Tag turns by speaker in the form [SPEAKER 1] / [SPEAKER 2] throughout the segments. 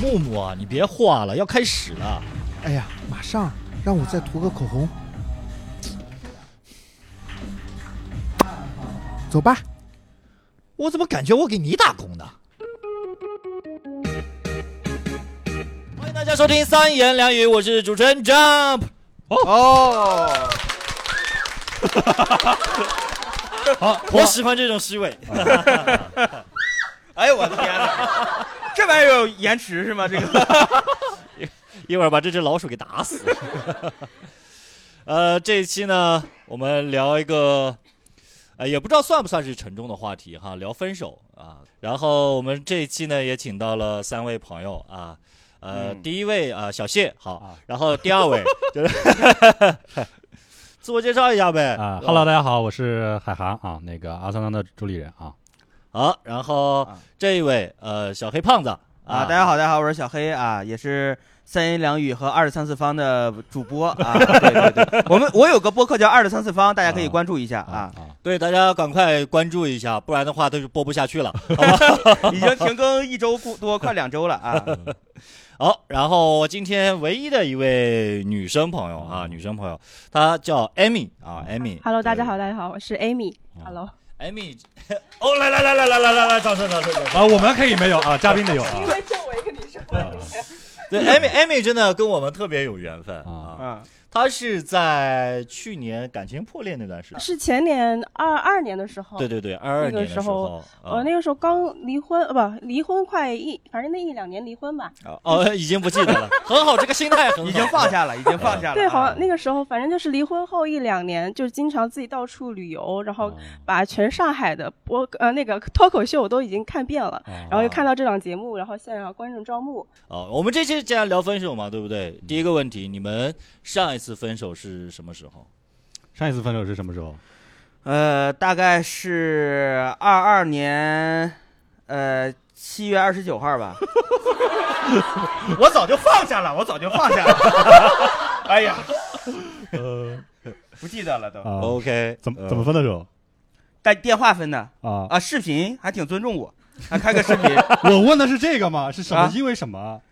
[SPEAKER 1] 木木啊，你别画了，要开始了。
[SPEAKER 2] 哎呀，马上让我再涂个口红。走吧，
[SPEAKER 1] 我怎么感觉我给你打工呢？欢迎大家收听三言两语，我是主持人 Jump。
[SPEAKER 3] 哦，
[SPEAKER 1] 好，我喜欢这种虚伪。
[SPEAKER 3] 哎呦我的天哪，这玩意儿有延迟是吗？这个
[SPEAKER 1] 一会儿把这只老鼠给打死。呃，这一期呢，我们聊一个，呃，也不知道算不算是沉重的话题哈，聊分手啊。然后我们这一期呢，也请到了三位朋友啊，呃，
[SPEAKER 3] 嗯
[SPEAKER 1] 第一位啊、小谢好
[SPEAKER 4] 啊，
[SPEAKER 1] 然后第二位就是 自我介绍一下呗
[SPEAKER 4] 啊，Hello，大家好，我是海涵啊，那个阿桑桑的主理人啊。
[SPEAKER 1] 好，然后
[SPEAKER 3] 啊
[SPEAKER 1] 这一位呃小黑胖子
[SPEAKER 3] 啊，大家好，大家好，我是小黑啊，也是三言两语和二十三次方的主播啊。 对对对，我们我有个播客叫二十三次方，大家可以关注一下啊，
[SPEAKER 4] 啊
[SPEAKER 1] 对大家赶快关注一下，不然的话都就播不下去了。
[SPEAKER 3] 已经停更一周多，快两周了啊。
[SPEAKER 1] 好，然后今天唯一的一位女生朋友啊，女生朋友，她叫 Amy 啊，Amy。
[SPEAKER 5] 嗯 Hello，大家好，。大家好，我是 Amy。Hello，
[SPEAKER 1] 啊 Amy，哦， 来来来来来来来来，掌声掌声掌声。
[SPEAKER 4] 啊，我们可以没有啊，嘉宾得有 啊。
[SPEAKER 5] 为政委跟你说
[SPEAKER 4] 啊
[SPEAKER 1] 对，Amy，Amy 真的跟我们特别有缘分
[SPEAKER 4] 啊
[SPEAKER 1] 啊。
[SPEAKER 3] 嗯，
[SPEAKER 1] 她是在去年感情破裂那段时间，
[SPEAKER 5] 是前年二二年的时候，
[SPEAKER 1] 对对对，二二
[SPEAKER 5] 那个
[SPEAKER 1] 年的时
[SPEAKER 5] 时候哦
[SPEAKER 1] 候，啊
[SPEAKER 5] 我那个时候刚离婚，呃，不，离婚快一，反正那一两年离婚吧。
[SPEAKER 1] 啊哦，已经不记得了，很好，这个心态很好，
[SPEAKER 3] 嗯已经放下了，已经放下了啊。
[SPEAKER 5] 对，好像那个时候，反正就是离婚后一两年，就是经常自己到处旅游，然
[SPEAKER 1] 哦
[SPEAKER 5] 后把全上海的播呃那个脱口秀我都已经看遍了。
[SPEAKER 4] 啊
[SPEAKER 5] 然后又看到这档节目，然后现场观众招募，
[SPEAKER 1] 哦，我们这期既然聊分手嘛，对不对？
[SPEAKER 5] 嗯
[SPEAKER 1] 第一个问题，你们上一次分手是什么时候？
[SPEAKER 4] 上一次分手是什么时候？
[SPEAKER 3] 呃，大概是二二年，呃，七月二十九号吧。 我早就放下了，我早就放下了。哎呀，
[SPEAKER 4] 呃
[SPEAKER 3] 不记得了都。
[SPEAKER 4] 啊，
[SPEAKER 1] OK，呃
[SPEAKER 4] 怎
[SPEAKER 3] 呃
[SPEAKER 4] 么怎么分的手
[SPEAKER 3] 但电话分的
[SPEAKER 4] 啊？
[SPEAKER 3] 啊，视频还挺尊重我，还开个视频，
[SPEAKER 4] 我问的是这个吗？是什么
[SPEAKER 3] 啊？
[SPEAKER 4] 因为什么？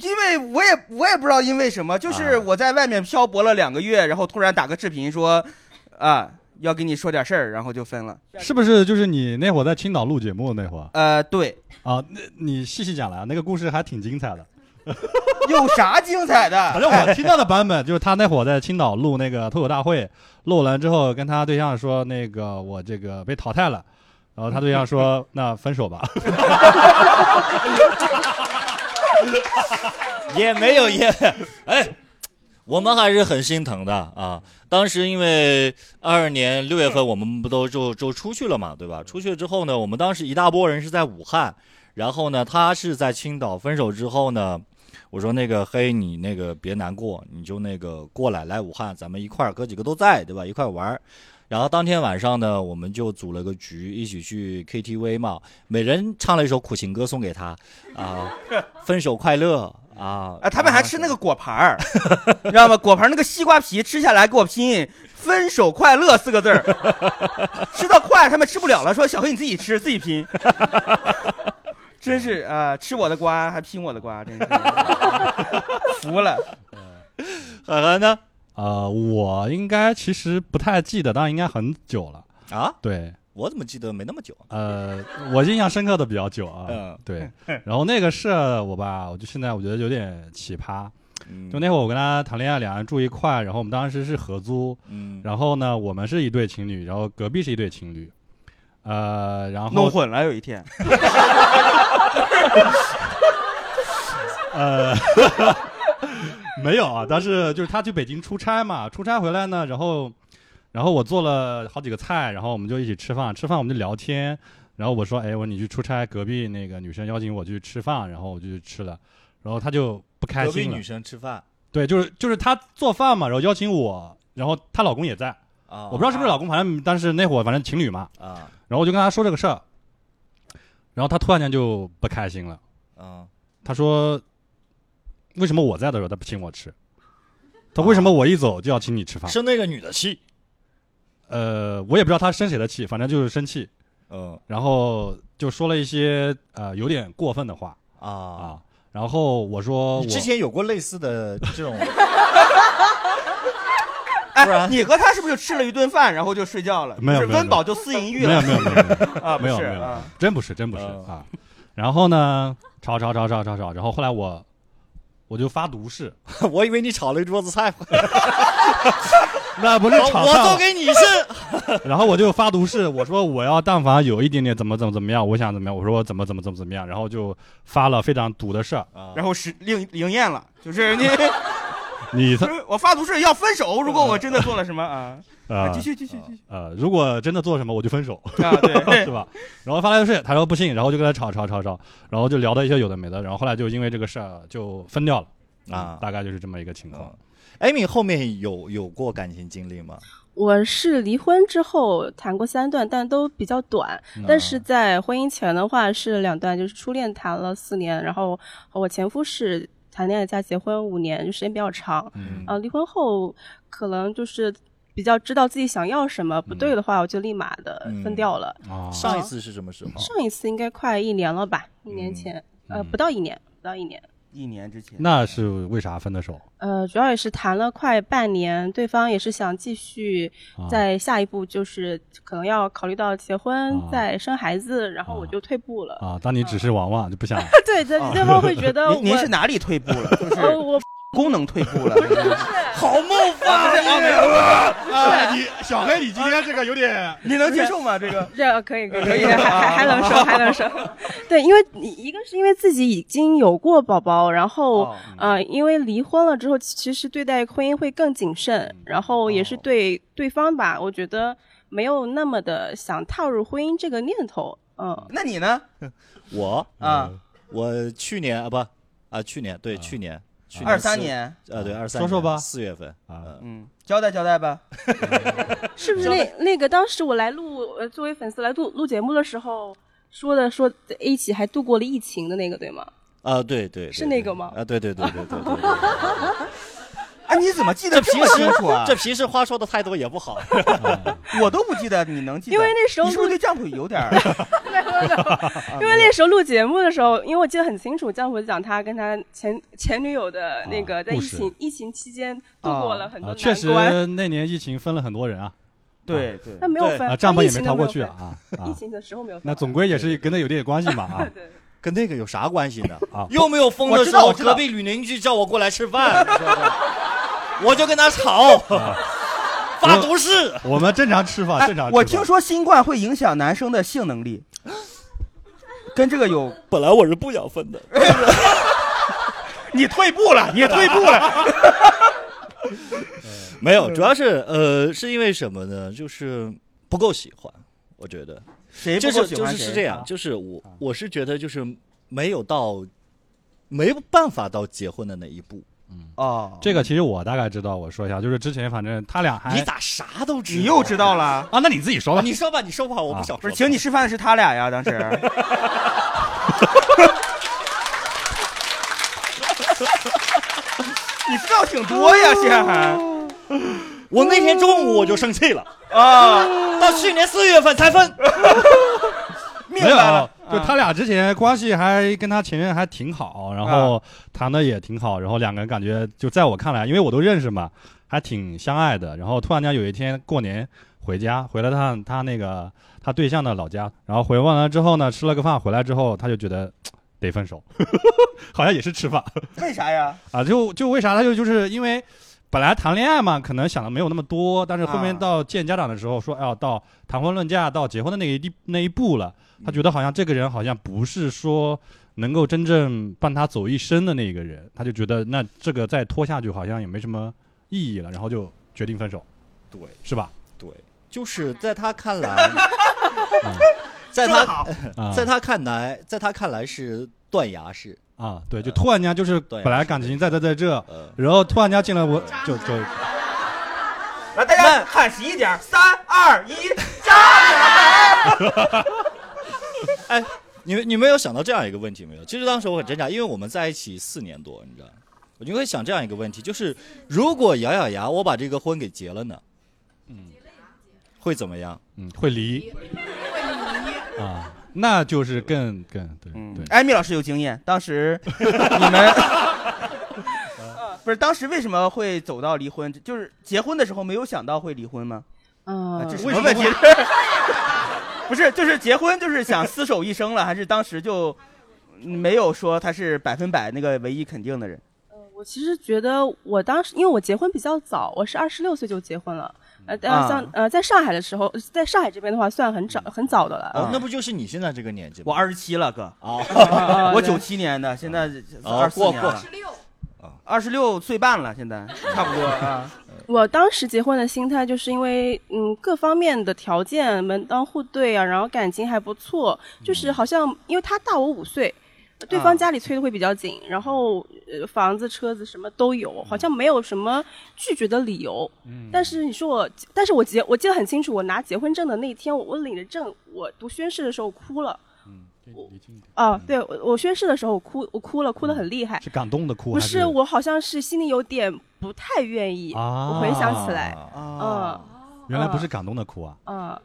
[SPEAKER 3] 因为我也我也不知道因为什么，就是
[SPEAKER 4] 啊
[SPEAKER 3] 我在外面漂泊了两个月，然后突然打个视频说，啊，要跟你说点事儿，然后就分了。
[SPEAKER 4] 是不是就是你那会儿在青岛录节目那会儿
[SPEAKER 3] 呃，对，
[SPEAKER 4] 啊？那你细细讲来，啊那个故事还挺精彩的。
[SPEAKER 3] 有啥精彩
[SPEAKER 4] 反
[SPEAKER 3] 的？啊
[SPEAKER 4] 正我听到的版本就是他那会儿在青岛录那个脱口大会，录完之后跟他对象说那个我这个被淘汰了，然后他对象 说那分手吧。
[SPEAKER 1] 也没有也，哎，我们还是很心疼的啊。当时因为二二年六月
[SPEAKER 3] 嗯
[SPEAKER 1] 份，我们不都就就出去了嘛，对吧？出去之后呢，我们当时一大波人是在武汉，然后呢，他是在青岛。分手之后呢，我说那个嘿，你那个别难过，你就那个过来来武汉，咱们一块儿哥几个都在，对吧？一块儿玩儿。然后当天晚上呢，我们就组了个局，一起去 KTV 嘛，每人唱了一首苦情歌送给他， 啊，分手快乐啊！
[SPEAKER 3] 啊，他们还吃
[SPEAKER 1] 个。
[SPEAKER 3] 那个果盘儿， 你知道吗？果盘儿那个西瓜皮吃下来给我拼“分手快乐”四个字 儿，吃到快他们吃不了了，说小黑你自己吃自己 拼，真是啊、吃我的瓜还拼我的瓜， 真是服了。
[SPEAKER 1] 海涵呢？
[SPEAKER 4] 呃，我应该其实不太记得，但应该很久了。
[SPEAKER 1] 啊，
[SPEAKER 4] 对，
[SPEAKER 1] 我怎么记得没那么久？啊
[SPEAKER 4] 呃，我印象深刻的比较久啊。
[SPEAKER 1] 嗯
[SPEAKER 4] 对， 然后那个事儿我吧，我就现在我觉得有点奇葩。
[SPEAKER 1] 嗯
[SPEAKER 4] 就那会儿我跟他谈恋爱，两人住一块，然后我们当时是合租，
[SPEAKER 1] 嗯，
[SPEAKER 4] 然后呢，我们是一对情侣，然后隔壁是一对情侣。呃，然后
[SPEAKER 3] 弄混了有一天，
[SPEAKER 4] 呃， 没有啊，但是就是他去北京出差嘛，出差回来呢，然后，然后我做了好几个菜，然后我们就一起吃饭，吃饭我们就聊天，然后我说，哎，我说你去出差，隔壁那个女生邀请我去吃饭，然后我就去吃了，然后他就不开
[SPEAKER 1] 隔壁
[SPEAKER 4] 心了
[SPEAKER 1] 女，生吃饭
[SPEAKER 4] 对，就是就是她做饭嘛，然后邀请我，然后她老公也在，
[SPEAKER 1] 啊，
[SPEAKER 4] 我不知道是不是老公，反正但是那会儿反正情侣嘛，
[SPEAKER 1] 啊
[SPEAKER 4] 然后我就跟他说这个事儿，然后他突然间就不开心了。
[SPEAKER 1] 啊
[SPEAKER 4] 他说：“为什么我在的时候他不请我吃？他为什么我一走就要请你吃饭？
[SPEAKER 1] 生那个女的气，
[SPEAKER 4] 呃，我也不知道他生谁的气，反正就是生气，
[SPEAKER 1] 嗯
[SPEAKER 4] 然后就说了一些呃有点过分的话
[SPEAKER 1] 啊
[SPEAKER 4] 啊。然后我说我
[SPEAKER 1] 你之前有过类似的这 种，
[SPEAKER 3] 哎，你和他是不是就吃了一顿饭，然后就睡觉了？
[SPEAKER 4] 没有
[SPEAKER 3] 就是
[SPEAKER 4] 没有
[SPEAKER 3] 温饱就私淫欲
[SPEAKER 4] 没有
[SPEAKER 3] 了。
[SPEAKER 4] 没有没有 没有
[SPEAKER 3] 啊，不
[SPEAKER 4] 没有
[SPEAKER 3] 是
[SPEAKER 4] 没有
[SPEAKER 3] 啊，，
[SPEAKER 4] 真不是真不是
[SPEAKER 1] 嗯
[SPEAKER 4] 啊。然后呢，吵吵吵吵吵吵，然后后来我我就发毒誓，
[SPEAKER 1] 我以为你炒了一桌子 菜，
[SPEAKER 4] 那不是吵
[SPEAKER 1] 哦我
[SPEAKER 4] 闹
[SPEAKER 1] 都，给你吃。
[SPEAKER 4] 然后我就发毒誓，我说我要但凡有一点点怎么怎么怎么样，我想怎么样，我说我怎么怎么怎么怎么样，然后就发了非常毒的事儿。
[SPEAKER 1] 啊
[SPEAKER 3] 然后是灵灵验了，就是你，
[SPEAKER 4] 你他
[SPEAKER 3] 就是我发毒誓要分手，如果我真的做了什么 啊，啊
[SPEAKER 4] 呃
[SPEAKER 3] 继续继续继续
[SPEAKER 4] 呃，如果真的做什么，我就分手。
[SPEAKER 3] 啊，对
[SPEAKER 5] 哎
[SPEAKER 4] 是吧？然后发来的是，他说不信，然后就跟他吵吵吵吵，然后就聊到一些有的没的，然后后来就因为这个事儿就分掉了嗯
[SPEAKER 1] 啊嗯
[SPEAKER 4] 大概就是这么一个情况。
[SPEAKER 1] Amy 后面有有过感情经历吗？
[SPEAKER 5] 我是离婚之后谈过三段，但都比较短。但是在婚姻前的话是两段，就是初恋谈了四年，然后和我前夫是谈恋爱加结婚五年，就时间比较长。
[SPEAKER 1] 嗯
[SPEAKER 5] 呃，离婚后可能就是比较知道自己想要什么，不对的话我就立马的分掉了。
[SPEAKER 4] 啊
[SPEAKER 1] 上一次是什么时候？
[SPEAKER 5] 上一次应该快一年了吧，一年前，呃，不到一年，不到一年。
[SPEAKER 3] 一年之前，
[SPEAKER 4] 那 是为啥分的手？
[SPEAKER 5] 呃，主要也是谈了快半年，对方也是想继续
[SPEAKER 4] 啊
[SPEAKER 5] 在下一步，就是可能要考虑到结婚、
[SPEAKER 4] 啊
[SPEAKER 5] 再生孩子，然后我
[SPEAKER 4] 啊
[SPEAKER 5] 就退步了。
[SPEAKER 4] 啊，当你只是玩玩就不想
[SPEAKER 5] 对对，对方会觉得呃我
[SPEAKER 3] 啊您您是哪里退步了？就是
[SPEAKER 5] 呃我
[SPEAKER 3] 功能退步了， 好冒犯
[SPEAKER 4] 啊，你小黑，你今天这个有点
[SPEAKER 3] 你能接受吗？这个
[SPEAKER 5] 这可以可以可以，
[SPEAKER 3] 可以
[SPEAKER 5] 还还还能说还能说，对，因为你一个是因为自己已经有过宝宝，然后、
[SPEAKER 3] 哦
[SPEAKER 5] 呃，因为离婚了之后，其其实对待婚姻会更谨慎，然后也是
[SPEAKER 3] 哦
[SPEAKER 5] 对对方吧，我觉得没有那么的想踏入婚姻这个念头，嗯。
[SPEAKER 3] 那你呢？
[SPEAKER 1] 我
[SPEAKER 3] 啊，
[SPEAKER 4] 嗯
[SPEAKER 1] 我去年啊不啊去年对去年去年
[SPEAKER 3] 二三
[SPEAKER 1] 四
[SPEAKER 3] 年，
[SPEAKER 1] 啊对二三
[SPEAKER 4] 说说吧
[SPEAKER 1] 四月份
[SPEAKER 4] 啊
[SPEAKER 3] 嗯，交代交代吧。
[SPEAKER 5] 是不是那那个当时我来录呃，作为粉丝来录录节目的时候说的说一起还度过了疫情的那个对吗？
[SPEAKER 1] 啊对对对
[SPEAKER 5] 是那个吗
[SPEAKER 1] 啊对对对对对对 对，
[SPEAKER 3] 哎，你怎么记得
[SPEAKER 1] 这
[SPEAKER 3] 这
[SPEAKER 1] 平
[SPEAKER 3] 么清楚
[SPEAKER 1] 时
[SPEAKER 3] 啊
[SPEAKER 1] 这？平时话说的太多也不好，
[SPEAKER 3] 我都不记得，你能记得？
[SPEAKER 5] 因为那时候
[SPEAKER 3] 你是不是对酱普有点儿
[SPEAKER 5] 没有没有，
[SPEAKER 4] 啊
[SPEAKER 5] 因为那时候录节目的时候，因为我记得很清楚，江湖讲他跟他前前女友的那个在疫
[SPEAKER 4] 啊故事
[SPEAKER 5] 情疫情期间度过了很多
[SPEAKER 4] 啊，确
[SPEAKER 5] 难
[SPEAKER 4] 实
[SPEAKER 5] 关，
[SPEAKER 4] 那年疫情分了很多人啊
[SPEAKER 3] 对对
[SPEAKER 5] 那没有
[SPEAKER 1] 对
[SPEAKER 5] 分
[SPEAKER 4] 啊，账本也
[SPEAKER 5] 疫
[SPEAKER 4] 没
[SPEAKER 5] 情
[SPEAKER 4] 逃
[SPEAKER 5] 都
[SPEAKER 4] 过
[SPEAKER 5] 有
[SPEAKER 4] 去
[SPEAKER 5] 分
[SPEAKER 4] 啊
[SPEAKER 5] 疫
[SPEAKER 4] 啊，
[SPEAKER 5] 情的时候没有分，
[SPEAKER 4] 那总归也是跟他有点关系嘛啊
[SPEAKER 5] 对。对
[SPEAKER 1] 跟那个有啥关系呢？
[SPEAKER 4] 啊
[SPEAKER 1] 又没有封
[SPEAKER 3] 我
[SPEAKER 1] 的
[SPEAKER 3] 知
[SPEAKER 1] 时
[SPEAKER 3] 道我
[SPEAKER 1] 候，
[SPEAKER 3] 知道
[SPEAKER 1] 隔壁女邻居叫我过来吃 饭，我就跟他吵， 发毒誓。
[SPEAKER 4] 我们正常吃法，
[SPEAKER 3] 哎
[SPEAKER 4] 正常吃法。
[SPEAKER 3] 我听说新冠会影响男生的性能力，跟这个有。
[SPEAKER 1] 本来我是不想分的，
[SPEAKER 3] 你退步 了，你退步了。
[SPEAKER 1] 没有，主要是呃，是因为什么呢？就是不够喜欢，我觉得
[SPEAKER 3] 谁不
[SPEAKER 1] 就
[SPEAKER 3] 够
[SPEAKER 1] 是
[SPEAKER 3] 喜
[SPEAKER 1] 就
[SPEAKER 3] 欢
[SPEAKER 1] 是
[SPEAKER 3] 谁啊
[SPEAKER 1] 是这样，就是我我是觉得就是没有到没有办法到结婚的那一步。
[SPEAKER 3] 哦，
[SPEAKER 4] 这个，其实我大概知道，我说一下，就是之前反正他俩还
[SPEAKER 1] 哎你咋啥都知道？
[SPEAKER 3] 你又知道了。
[SPEAKER 4] 啊，那你自己说吧
[SPEAKER 1] 啊？。 你说吧，你说吧，我不想说了。
[SPEAKER 3] 不是，请你吃饭的是他俩呀，当时。你知道挺多呀，谢涵
[SPEAKER 1] 我那天中午我就生气了，
[SPEAKER 3] 啊，
[SPEAKER 1] 到去年四月份才 分。
[SPEAKER 3] 明白
[SPEAKER 4] 没有
[SPEAKER 3] 了，，啊
[SPEAKER 4] 就他俩之前关系还跟他前任还挺好，
[SPEAKER 3] 啊
[SPEAKER 4] 然后谈的也挺好，然后两个人感觉就在我看来，因为我都认识嘛，还挺相爱的。然后突然间有一天过年回家，回了趟他那个他对象的老家，然后回完了之后呢，吃了个饭，回来之后他就觉得得分手， 好像也是吃饭
[SPEAKER 3] 为啥呀？
[SPEAKER 4] 啊，就就为啥他就就是因为。本来谈恋爱嘛，可能想的没有那么多，但是后面
[SPEAKER 3] 啊
[SPEAKER 4] 到见家长的时候说，哎呀，到谈婚论嫁到结婚的那一地那一步了，他觉得好像这个人好像不是说能够真正伴他走一生的那个人，他就觉得那这个再拖下去好像也没什么意义了，然后就决定分手，
[SPEAKER 1] 对
[SPEAKER 4] 是吧？
[SPEAKER 1] 对，就是在他看 来，嗯在
[SPEAKER 3] 说得
[SPEAKER 1] 他
[SPEAKER 3] 好，
[SPEAKER 4] 啊、
[SPEAKER 1] 在他看来，在他看来是断崖式。
[SPEAKER 4] 啊，对，就突然间就是
[SPEAKER 1] 对
[SPEAKER 4] 本来感情在在在这，
[SPEAKER 1] 呃，
[SPEAKER 4] 然后突然间进来我就就
[SPEAKER 3] 来大家喊十一点，三二一，加油！
[SPEAKER 1] 哎，你们你们有想到这样一个问题没有？其实当时我很挣扎，因为我们在一起四年多，你知道，我就会想这样一个问题，就是如果咬咬牙我把这个婚给结了呢，嗯，会怎么样？
[SPEAKER 4] 嗯会离啊，那就是更更对对。
[SPEAKER 3] 艾米老师有经验，当 时你们不是当时为什么会走到离婚？就是结婚的时候没有想到会离婚吗？啊
[SPEAKER 5] 嗯
[SPEAKER 3] 这，什么问题？ 不是，就是结婚就是想厮守一生了，还是当时就没有说他是百分百那个唯一肯定的人？
[SPEAKER 5] 我其实觉得我当时，因为我结婚比较早，我是二十六岁就结婚了。呃，但
[SPEAKER 3] 啊
[SPEAKER 5] 是像、呃，在上海的时候，在上海这边的话，算很早
[SPEAKER 4] 嗯
[SPEAKER 5] 很早的了。
[SPEAKER 3] 啊
[SPEAKER 1] 哦，那不就是你现在这个年纪吗？
[SPEAKER 3] 我二十七了，哥，
[SPEAKER 5] 啊
[SPEAKER 3] 我
[SPEAKER 5] 对
[SPEAKER 3] 九七年的，现在
[SPEAKER 1] 哦
[SPEAKER 3] 二四
[SPEAKER 1] 过
[SPEAKER 3] 年
[SPEAKER 1] 过
[SPEAKER 3] 了，啊二十六岁半了，现在差不多啊。
[SPEAKER 5] 我当时结婚的心态，就是因为嗯各方面的条件门当户对啊，然后感情还不错，就是好像因为他大我五岁，对
[SPEAKER 3] 啊
[SPEAKER 5] 方家里催的会比较紧，然后呃房子车子什么都有，好像没有什么拒绝的理由。
[SPEAKER 4] 嗯
[SPEAKER 5] 但是你说我，但是我结我记得很清楚，我拿结婚证的那天，我我领着证，我读宣誓的时候哭了。哦、对我我宣誓的时候我哭，我哭了，哭得很厉害。
[SPEAKER 4] 是感动的哭
[SPEAKER 5] 不
[SPEAKER 4] 还
[SPEAKER 5] 是我好像是心里有点不太愿意，
[SPEAKER 4] 啊
[SPEAKER 5] 我回想起来，
[SPEAKER 3] 啊
[SPEAKER 5] 嗯，
[SPEAKER 4] 原来不是感动的哭啊，
[SPEAKER 5] 嗯，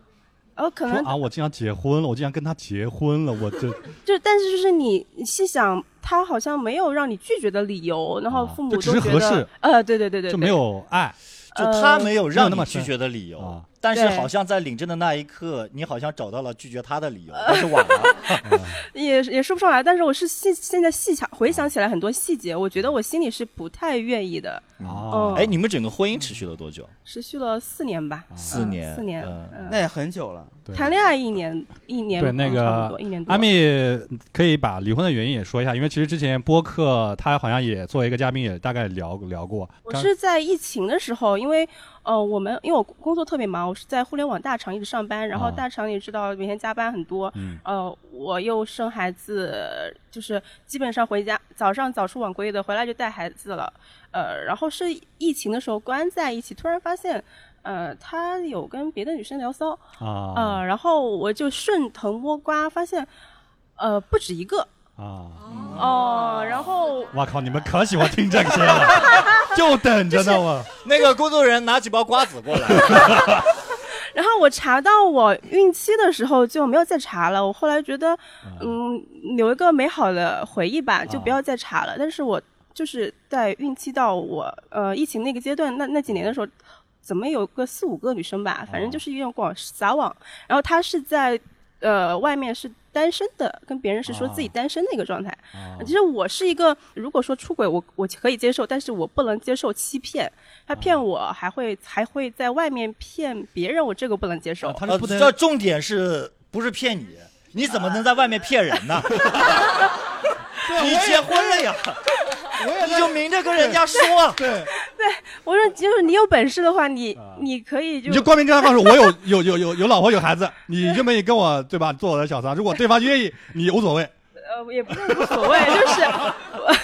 [SPEAKER 5] 呃，可
[SPEAKER 4] 说
[SPEAKER 5] 能
[SPEAKER 4] 啊我竟然结婚了，我竟然跟他结婚了， 我这
[SPEAKER 5] 就但是就是你你细想，他好像没有让你拒绝的理由，然后父母
[SPEAKER 4] 就
[SPEAKER 5] 都
[SPEAKER 4] 哦只是
[SPEAKER 5] 觉得，
[SPEAKER 4] 合适
[SPEAKER 5] 呃，对对对对，
[SPEAKER 4] 就没
[SPEAKER 5] 对，
[SPEAKER 4] 有爱
[SPEAKER 1] 就他没有让
[SPEAKER 4] 呃没有那
[SPEAKER 1] 你
[SPEAKER 4] 么
[SPEAKER 1] 拒绝的理由，
[SPEAKER 4] 啊
[SPEAKER 1] 但是
[SPEAKER 5] 对
[SPEAKER 1] 好像在领证的那一刻，你好像找到了拒绝他的 理由，但是晚了。
[SPEAKER 5] 也也说不上来。但是我是细现在细想回想起来很多细节，我觉得我心里是不太愿意的，
[SPEAKER 4] 啊
[SPEAKER 5] 嗯
[SPEAKER 1] 哎，你们整个婚姻持续了多久？
[SPEAKER 5] 持续了四年吧，
[SPEAKER 1] 四
[SPEAKER 5] 嗯
[SPEAKER 1] 年，
[SPEAKER 5] 啊四年，
[SPEAKER 1] 嗯
[SPEAKER 5] 嗯
[SPEAKER 3] 那也很久了，
[SPEAKER 4] 对
[SPEAKER 5] 谈恋爱一年一年嗯
[SPEAKER 4] 对那
[SPEAKER 5] 差不
[SPEAKER 4] 个
[SPEAKER 5] 多一年多，
[SPEAKER 4] 阿密可以把离婚的原因也说一下，因为其实之前播客他好像也作为一个嘉宾也大概聊聊过。
[SPEAKER 5] 我
[SPEAKER 4] 刚
[SPEAKER 5] 是在疫情的时候，因为呃，我们因为我工作特别忙，我是在互联网大厂一直上班，然后
[SPEAKER 4] 啊
[SPEAKER 5] 大厂也知道每天加班很多，
[SPEAKER 4] 嗯
[SPEAKER 5] 呃，我又生孩子，就是基本上回家早上早出晚归的，回来就带孩子了，呃，然后是疫情的时候关在一起，突然发现。呃，他有跟别的女生聊骚，
[SPEAKER 4] 啊
[SPEAKER 5] 呃，然后我就顺藤摸瓜，发现，呃，不止一个
[SPEAKER 4] 啊！
[SPEAKER 5] 哦、然后
[SPEAKER 4] 哇靠，你们可喜欢听这些了，就等着呢我。
[SPEAKER 1] 那个工作人员拿几包瓜子过 来，
[SPEAKER 5] 然后我查到我孕期的时候就没有再查了。我后来觉得，嗯，留一个美好的回忆吧，就不要再查了。但是我就是在孕期到我呃疫情那个阶段，那那几年的时候，怎么有个四五个女生吧，反正就是一种广撒网。然后她是在呃外面是单身的，跟别人是说自己
[SPEAKER 4] 啊
[SPEAKER 5] 单身的一个状态。
[SPEAKER 4] 啊
[SPEAKER 5] 其实我是一个，如果说出轨，我我可以接受，但是我不能接受欺骗。他骗我，还会还会在外面骗别人，我这个不能接受。
[SPEAKER 4] 啊他是
[SPEAKER 1] 呃
[SPEAKER 4] 不能
[SPEAKER 1] 这重点是不是骗你？你怎么能在外面骗人 呢？你结婚了呀？你就明着跟人家说，
[SPEAKER 4] 对，
[SPEAKER 5] 我说，就是你有本事的话，你、你可以就
[SPEAKER 4] 你就光明正大告诉我有有有有有老婆有孩子，你愿不愿意跟我对吧做我的小三？如果对方愿意，你无所谓。
[SPEAKER 5] 呃，也不是无所谓， 就是我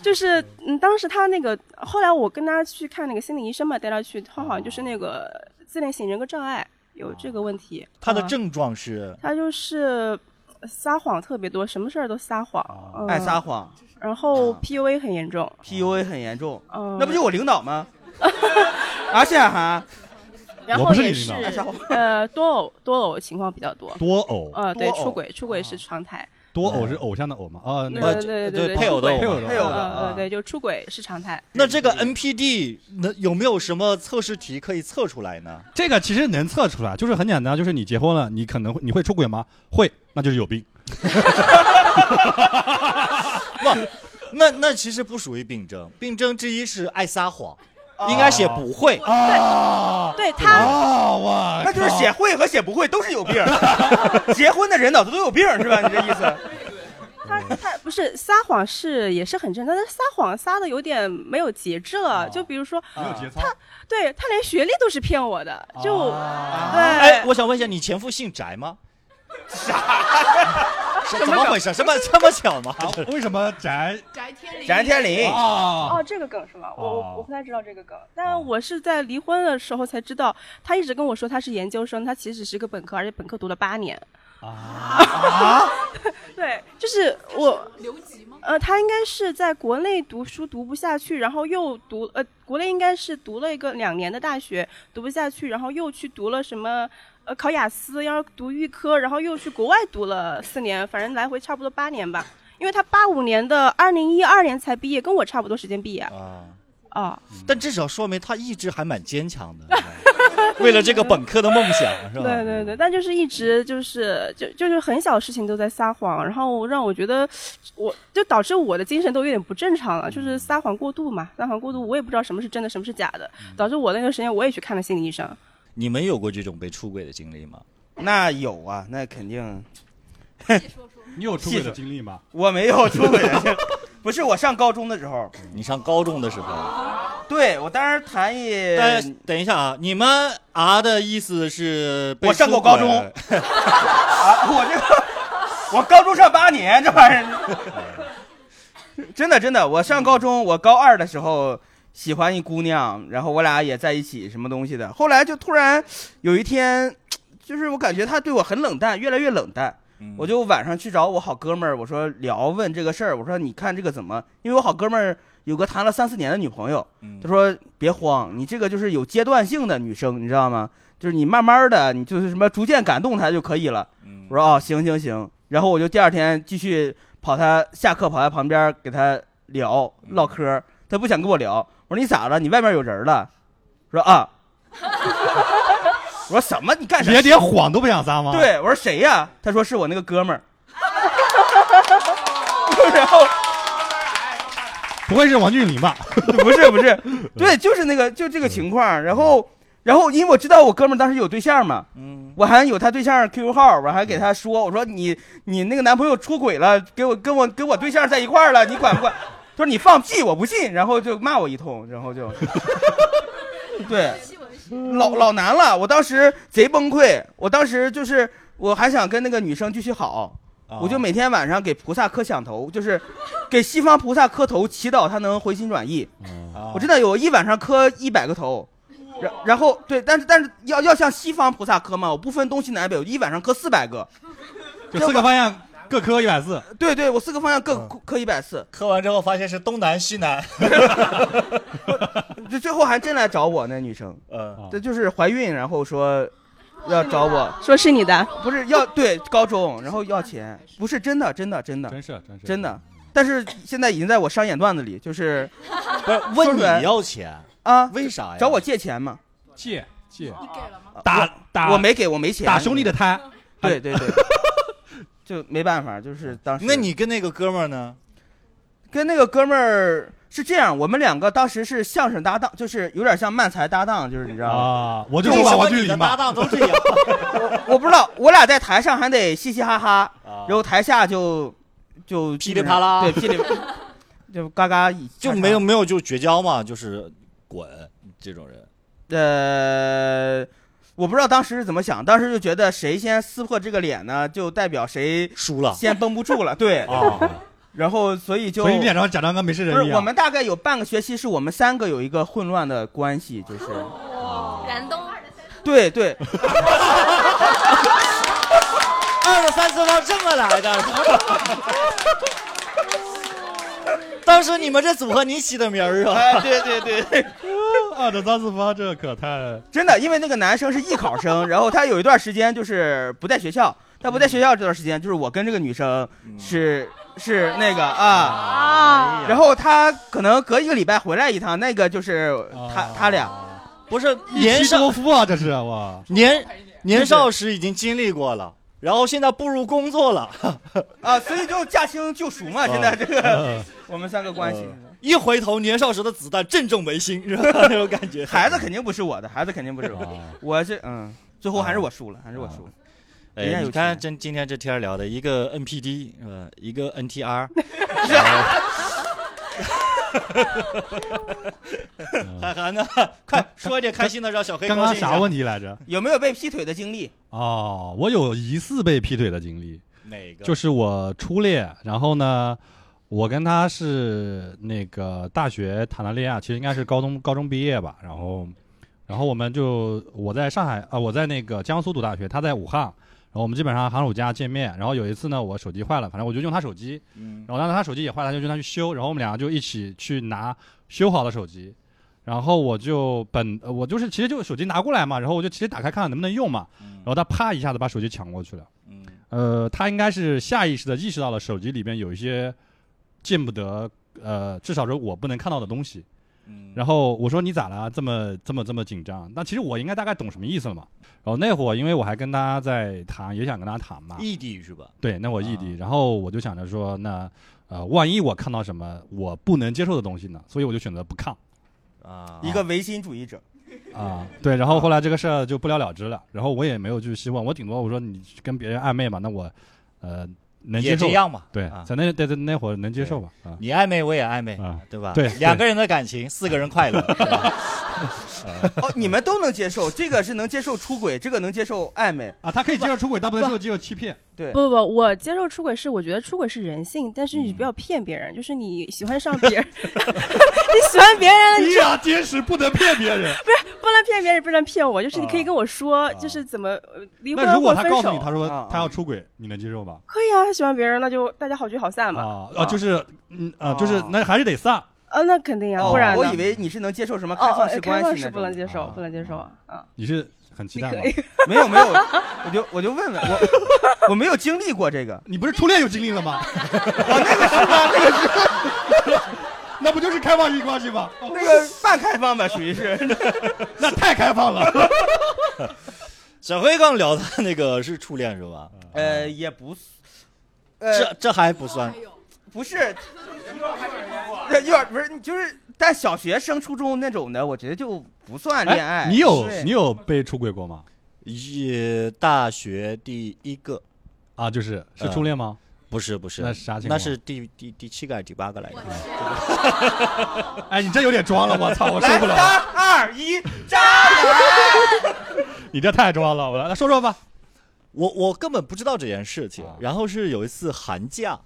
[SPEAKER 5] 就是嗯，当时他那个，后来我跟他去看那个心理医生嘛，带他去，他好像就是那个自恋型人格障碍有这个问题。
[SPEAKER 1] 他
[SPEAKER 4] 啊
[SPEAKER 1] 的
[SPEAKER 5] 嗯
[SPEAKER 1] 症状是
[SPEAKER 5] 他就是呃撒谎特别多，什么事儿都撒谎，嗯
[SPEAKER 3] 爱撒谎
[SPEAKER 5] 然后
[SPEAKER 3] 啊
[SPEAKER 5] PUA 很严重，
[SPEAKER 3] ，PUA 很严重，
[SPEAKER 5] 嗯，
[SPEAKER 3] 那不就我领导吗？ 啊而且还
[SPEAKER 5] 然
[SPEAKER 4] 我
[SPEAKER 5] 后
[SPEAKER 4] 不是
[SPEAKER 5] 也
[SPEAKER 4] 你领导
[SPEAKER 5] 是
[SPEAKER 3] 爱撒谎，
[SPEAKER 5] 呃多偶多偶情况比较多，
[SPEAKER 4] 多偶，
[SPEAKER 5] 呃对
[SPEAKER 3] 多偶
[SPEAKER 5] 出轨出轨是常态，
[SPEAKER 4] 多偶是偶像的偶吗？啊，那
[SPEAKER 5] 呃
[SPEAKER 4] 个
[SPEAKER 1] 呃
[SPEAKER 5] 对
[SPEAKER 1] 对
[SPEAKER 5] 对，
[SPEAKER 1] 配偶的
[SPEAKER 5] 出轨
[SPEAKER 1] 偶
[SPEAKER 4] 嘛配偶的偶
[SPEAKER 5] 呃
[SPEAKER 3] 啊
[SPEAKER 5] 呃对就出轨是常态，
[SPEAKER 1] 那这个 NPD 能有没有什么测试题可以测出来呢？
[SPEAKER 4] 这个其实能测出来，就是很简单，就是你结婚了，你可能会你会出轨吗？会，那就是 有病。
[SPEAKER 1] 那那其实不属于病症，病症之一是爱撒谎，应该写不会。
[SPEAKER 3] 哦
[SPEAKER 4] 啊
[SPEAKER 5] 对他
[SPEAKER 4] 啊哇
[SPEAKER 3] 那就是写会和写不会都是有病儿， 结婚的人脑子都有病儿是吧？你这意思？
[SPEAKER 5] 他他不是撒谎是也是很正常，但是撒谎撒的有点没有节制了，就比如说
[SPEAKER 4] 没有节操。
[SPEAKER 5] 对他连学历都是骗我的，就
[SPEAKER 1] 哎，
[SPEAKER 5] 对
[SPEAKER 1] 我想问一下，你前夫姓翟 吗？啥？怎么回事？什么这么巧吗？
[SPEAKER 4] 啊为什么宅
[SPEAKER 3] 翟天临
[SPEAKER 4] 啊
[SPEAKER 5] 哦这个梗是吗？我我我
[SPEAKER 4] 哦
[SPEAKER 5] 不太知道这个梗，但我是在离婚的时候才知道，他一直跟我说他是研究生，他其实是个本科，而且本科读了八年。
[SPEAKER 4] 啊
[SPEAKER 5] 对，就是我留级吗？呃，他应该是在国内读书读不下去，然后又读呃，国内应该是读了一个两年的大学，读不下去，然后又去读了什么呃考雅思，要读预科，然后又去国外读了四年，反正来回差不多八年吧。因为他八五年的，二零一二年才毕业，跟我差不多时间毕业。
[SPEAKER 1] 啊。
[SPEAKER 5] 哦，
[SPEAKER 1] 但至少说明他意志还蛮坚强的，为了这个本科的梦想，是吧？
[SPEAKER 5] 对对对，但就是一直就是就就是很小事情都在撒谎，然后让我觉得我就导致我的精神都有点不正常了，就是撒谎过度嘛，撒谎过度，我也不知道什么是真的，什么是假的，
[SPEAKER 1] 嗯
[SPEAKER 5] 导致我那段时间我也去看了心理医生。
[SPEAKER 1] 你们有过这种被出轨的经历吗？
[SPEAKER 3] 那有啊，那肯定
[SPEAKER 4] 你有出轨的经历吗？
[SPEAKER 3] 我没有出轨的， 不是我上高中的时候，
[SPEAKER 1] 你上高中的时
[SPEAKER 3] 呃
[SPEAKER 1] 候，
[SPEAKER 3] 对我当时谈一，
[SPEAKER 5] 呃
[SPEAKER 1] 但等一下啊，你们啊的意思是被
[SPEAKER 3] 我上过高中
[SPEAKER 1] 出轨
[SPEAKER 3] 啊，我这个我高中上八年，这玩意儿， 真的真的，我上高中，我高二的时候喜欢一姑娘，然后我俩也在一起，什么东西的，后来就突然有一天，就是我感觉她对我很冷淡，越来越冷淡。
[SPEAKER 1] 嗯
[SPEAKER 3] 我就晚上去找我好哥们儿，我说聊问这个事儿，我说你看这个怎么？因为我好哥们儿有个谈了三四年的女朋友，
[SPEAKER 1] 嗯
[SPEAKER 3] 他说别慌，你这个就是有阶段性的女生，你知道吗？就是你慢慢的，你就是什么逐渐感动她就可以了。
[SPEAKER 1] 嗯
[SPEAKER 3] 我说哦，行行行。然后我就第二天继续跑她下课跑她旁边给她聊唠嗑儿，她不想跟我聊。我说你咋了？你外面有人了？说啊。 我说什么？你干啥？
[SPEAKER 4] 连点谎都不想撒吗？，
[SPEAKER 3] 对，我说谁呀？他说是我那个哥们儿。 然后
[SPEAKER 4] 不会是王俊霖吧？
[SPEAKER 3] 不是不 是，对，就是那个就这个情况。然后然后因为我知道我哥们儿当时有对象嘛，
[SPEAKER 1] 嗯，
[SPEAKER 3] 我还有他对象 QQ 号，我还给他说，我说你你那个男朋友出轨了，给我跟我跟我对象在一块儿了，你管不 管？他说你放屁，我不信，然后就骂我一通，然后就， 对，老老难了，我当时贼崩溃，我当时就是我还想跟那个女生继续好，
[SPEAKER 4] 哦
[SPEAKER 3] 我就每天晚上给菩萨磕响头，就是给西方菩萨磕头，祈祷他能回心转意。
[SPEAKER 1] 啊
[SPEAKER 4] 哦
[SPEAKER 3] 我真的有一晚上磕一百个头，然然后对，但是但是要要向西方菩萨磕嘛，我不分东西南北，我一晚上磕四百个。
[SPEAKER 4] 就四个方向各磕一百四，
[SPEAKER 3] 对对，我四个方向各
[SPEAKER 4] 嗯
[SPEAKER 3] 磕一百次，
[SPEAKER 1] 磕完之后发现是东南西南，
[SPEAKER 3] 就最后还真来找我那女生，
[SPEAKER 4] 哦
[SPEAKER 1] 呃，
[SPEAKER 3] 这就是怀孕，然后说要找我，
[SPEAKER 5] 说是你的，
[SPEAKER 3] 不是要对高中，然后要钱，不是真的真的真的
[SPEAKER 4] 真是真是
[SPEAKER 3] 真的，但是现在已经在我商演段子里，就是
[SPEAKER 1] 不是问你要钱，
[SPEAKER 3] 啊
[SPEAKER 1] 为啥呀？
[SPEAKER 3] 找我借钱嘛，
[SPEAKER 4] 借借
[SPEAKER 3] 啊
[SPEAKER 4] 打打
[SPEAKER 3] 我没给我没钱，
[SPEAKER 4] 打兄弟的胎，
[SPEAKER 3] 对对 对，就没办法，就是当时
[SPEAKER 1] 那你跟那个哥们儿呢？
[SPEAKER 3] 跟那个哥们儿是这样，我们两个当时是相声搭档，就是有点像漫才搭档，就是你知道
[SPEAKER 1] 哦
[SPEAKER 3] 吗？
[SPEAKER 4] 啊，我就
[SPEAKER 1] 为
[SPEAKER 4] 说
[SPEAKER 1] 什
[SPEAKER 4] 吧，
[SPEAKER 1] 么
[SPEAKER 4] 王俊
[SPEAKER 1] 你的
[SPEAKER 4] 霖
[SPEAKER 1] 搭
[SPEAKER 4] 吧，
[SPEAKER 1] 档都这 样？
[SPEAKER 3] 我不知道，我俩在台上还得嘻嘻哈哈，
[SPEAKER 1] 啊
[SPEAKER 3] 然后台下就就
[SPEAKER 1] 噼里啪啦
[SPEAKER 3] 对噼里 就嘎嘎一
[SPEAKER 1] 就没有没有就绝交嘛，就是滚这种人。
[SPEAKER 3] 呃。我不知道当时是怎么想，当时就觉得谁先撕破这个脸呢，就代表谁
[SPEAKER 1] 输了
[SPEAKER 3] 先绷不住了。对，
[SPEAKER 1] 啊！
[SPEAKER 3] 然后所以就
[SPEAKER 4] 所以你脸上假装跟没事
[SPEAKER 3] 不是
[SPEAKER 4] 人一
[SPEAKER 3] 我
[SPEAKER 4] 样。
[SPEAKER 3] 们大概有半个学期是我们三个有一个混乱的关系，就是
[SPEAKER 1] 哦
[SPEAKER 6] 燃冬，
[SPEAKER 3] 对对，
[SPEAKER 1] 二的三次方这么来的。 当时你们这组合你起的名儿啊？
[SPEAKER 3] 哎对对对对，
[SPEAKER 4] 二的三次方，这可太
[SPEAKER 3] 真的，因为那个男生是艺考生，然后他有一段时间就是不在学校，他不在学校这段时间，就是我跟这个女生是是那个嗯啊，
[SPEAKER 5] 啊，
[SPEAKER 3] 然后他可能隔一个礼拜回来一趟，那个就是他他俩，
[SPEAKER 1] 不是
[SPEAKER 4] 一
[SPEAKER 1] 年
[SPEAKER 4] 妻多
[SPEAKER 1] 少
[SPEAKER 4] 夫啊，这是哇，
[SPEAKER 1] 年年少时已经经历过了，然后现在步入工作了，
[SPEAKER 3] 啊，所以就驾轻就熟嘛，现在这个
[SPEAKER 4] 嗯
[SPEAKER 3] 我们三个关系。
[SPEAKER 1] 一回头年少时的子弹正中眉心，是吧？ 那种感觉。
[SPEAKER 3] 孩子肯定不是我的，孩子肯定不是我
[SPEAKER 4] 哦
[SPEAKER 3] 的， 我是嗯，最后还是我输了，还是我输了。人家
[SPEAKER 1] 哎，
[SPEAKER 3] 有
[SPEAKER 1] 你看
[SPEAKER 3] 钱
[SPEAKER 1] 今今天这天儿聊的，一个 NPD 是吧？一个 NTR，海 涵呢？快说一点开心的，让小黑
[SPEAKER 4] 刚
[SPEAKER 1] 高
[SPEAKER 4] 刚
[SPEAKER 1] 兴一下
[SPEAKER 4] 啥问题来着？
[SPEAKER 3] 有没有被劈腿的经历？
[SPEAKER 4] 哦，我有疑似被劈腿的经历，
[SPEAKER 1] 哪个？
[SPEAKER 4] 就是是我初恋，然后呢，我跟他是那个大学谈的恋爱，其实应该是高中高中毕业吧，然后，然后我们就我在上海啊、我在那个江苏读大学，他在武汉，然后我们基本上寒暑假见面，然后有一次呢，我手机坏了，反正我就用他手机，
[SPEAKER 1] 嗯
[SPEAKER 4] 然后当时他手机也坏了，他就用他去修，然后我们俩就一起去拿修好的手机。然后我就本呃我就是其实就手机拿过来嘛，然后我就直接打开看看能不能用嘛，然后他啪一下子把手机抢过去了。
[SPEAKER 1] 嗯
[SPEAKER 4] 呃，他应该是下意识的意识到了手机里边有一些见不得，呃，至少说我不能看到的东西。
[SPEAKER 1] 嗯，
[SPEAKER 4] 然后我说你咋了？这么这么这么紧张？那其实我应该大概懂什么意思了嘛。然后那会儿因为我还跟他在谈，也想跟他谈嘛。
[SPEAKER 1] 异地是吧？
[SPEAKER 4] 对，那我异地，
[SPEAKER 1] 啊
[SPEAKER 4] 然后我就想着说，那呃，万一我看到什么我不能接受的东西呢？所以我就选择不看
[SPEAKER 1] 啊，
[SPEAKER 4] 哦
[SPEAKER 3] 一个唯心主义者，
[SPEAKER 4] 啊。对，然后后来这个事儿就不了了之了。然后我也没有去希望，我顶多我说你去跟别人暧昧嘛，那我呃能接
[SPEAKER 1] 也
[SPEAKER 4] 受
[SPEAKER 1] 这。样嘛，
[SPEAKER 4] 对
[SPEAKER 1] 啊，
[SPEAKER 4] 在那在在那会儿能接受吧啊。
[SPEAKER 1] 你暧昧我也暧昧
[SPEAKER 4] 啊，
[SPEAKER 1] 对吧？
[SPEAKER 4] 对
[SPEAKER 1] 两个人的感情，四个人快乐。 对吧
[SPEAKER 3] 哦，你们都能接受，这个是能接受出轨，这个能接受暧 昧，
[SPEAKER 4] 啊，他可以接受出轨，但不能接受接受欺骗。
[SPEAKER 3] 对，
[SPEAKER 5] 不不不，我接受出轨是我觉得出轨是人性，但是
[SPEAKER 1] 嗯
[SPEAKER 5] 你不要骗别人，就是你喜欢上别人， 哎你喜欢别人，
[SPEAKER 4] 依然坚持不能骗别人。
[SPEAKER 5] 不能骗别人，不能骗我，就是你可以
[SPEAKER 4] 啊
[SPEAKER 5] 跟我说，
[SPEAKER 4] 啊
[SPEAKER 5] 就是怎么呃离婚
[SPEAKER 4] 那如果
[SPEAKER 5] 或
[SPEAKER 4] 他
[SPEAKER 5] 分
[SPEAKER 4] 告诉
[SPEAKER 5] 手
[SPEAKER 4] 你，，他说
[SPEAKER 3] 啊啊
[SPEAKER 4] 他要出轨，你能接受吧？
[SPEAKER 5] 可以啊，他喜欢别人那就大家好聚好散嘛，
[SPEAKER 4] 啊啊，就是嗯啊，
[SPEAKER 3] 啊
[SPEAKER 4] 就是那还是得散。
[SPEAKER 5] 啊那肯定啊，
[SPEAKER 3] 哦
[SPEAKER 5] 不然
[SPEAKER 3] 我
[SPEAKER 5] 呢
[SPEAKER 3] 以为你是能接受什么
[SPEAKER 5] 哦
[SPEAKER 3] 开
[SPEAKER 5] 哦
[SPEAKER 3] 放式
[SPEAKER 5] 开
[SPEAKER 3] 关
[SPEAKER 5] 放
[SPEAKER 3] 系
[SPEAKER 5] 式
[SPEAKER 3] 那
[SPEAKER 5] 不能
[SPEAKER 3] 种，
[SPEAKER 5] 接受
[SPEAKER 4] 啊，
[SPEAKER 5] 不能接受啊啊，
[SPEAKER 4] 你是很期
[SPEAKER 5] 你
[SPEAKER 4] 待
[SPEAKER 5] 可
[SPEAKER 4] 吗？
[SPEAKER 5] 以，
[SPEAKER 3] 没有没有，我就我就问问我，我没有经历过这个，
[SPEAKER 4] 你不是初恋有经历了吗？啊
[SPEAKER 3] 哦，那个是吧？那个是
[SPEAKER 4] 那不就是开放性关系吗？
[SPEAKER 3] 那个半开放吧，属于是，
[SPEAKER 4] 那太开放了。
[SPEAKER 1] 小黑刚聊的那个是初恋是吧？
[SPEAKER 3] 呃，也不是，
[SPEAKER 1] 这
[SPEAKER 3] 呃，
[SPEAKER 1] 这还不算，
[SPEAKER 3] 不是，对，有点不是，就是但小学升初中那种的，我觉得就不算恋爱。
[SPEAKER 4] 哎你有
[SPEAKER 3] 对
[SPEAKER 4] 你有被出轨过吗？
[SPEAKER 1] 一大学第一个
[SPEAKER 4] 啊，就是是
[SPEAKER 1] 呃
[SPEAKER 4] 初恋吗？
[SPEAKER 1] 不是不是，
[SPEAKER 4] 那是啥情况
[SPEAKER 1] 那是第第第七个还是第八个来着？
[SPEAKER 4] 哎，你这有点装了，我操，我
[SPEAKER 3] 来
[SPEAKER 4] 受不了，
[SPEAKER 3] 三二一，渣男！
[SPEAKER 4] 你这太装了，我来说说吧。
[SPEAKER 1] 我我根本不知道这件事情
[SPEAKER 4] 啊。
[SPEAKER 1] 然后是有一次寒假，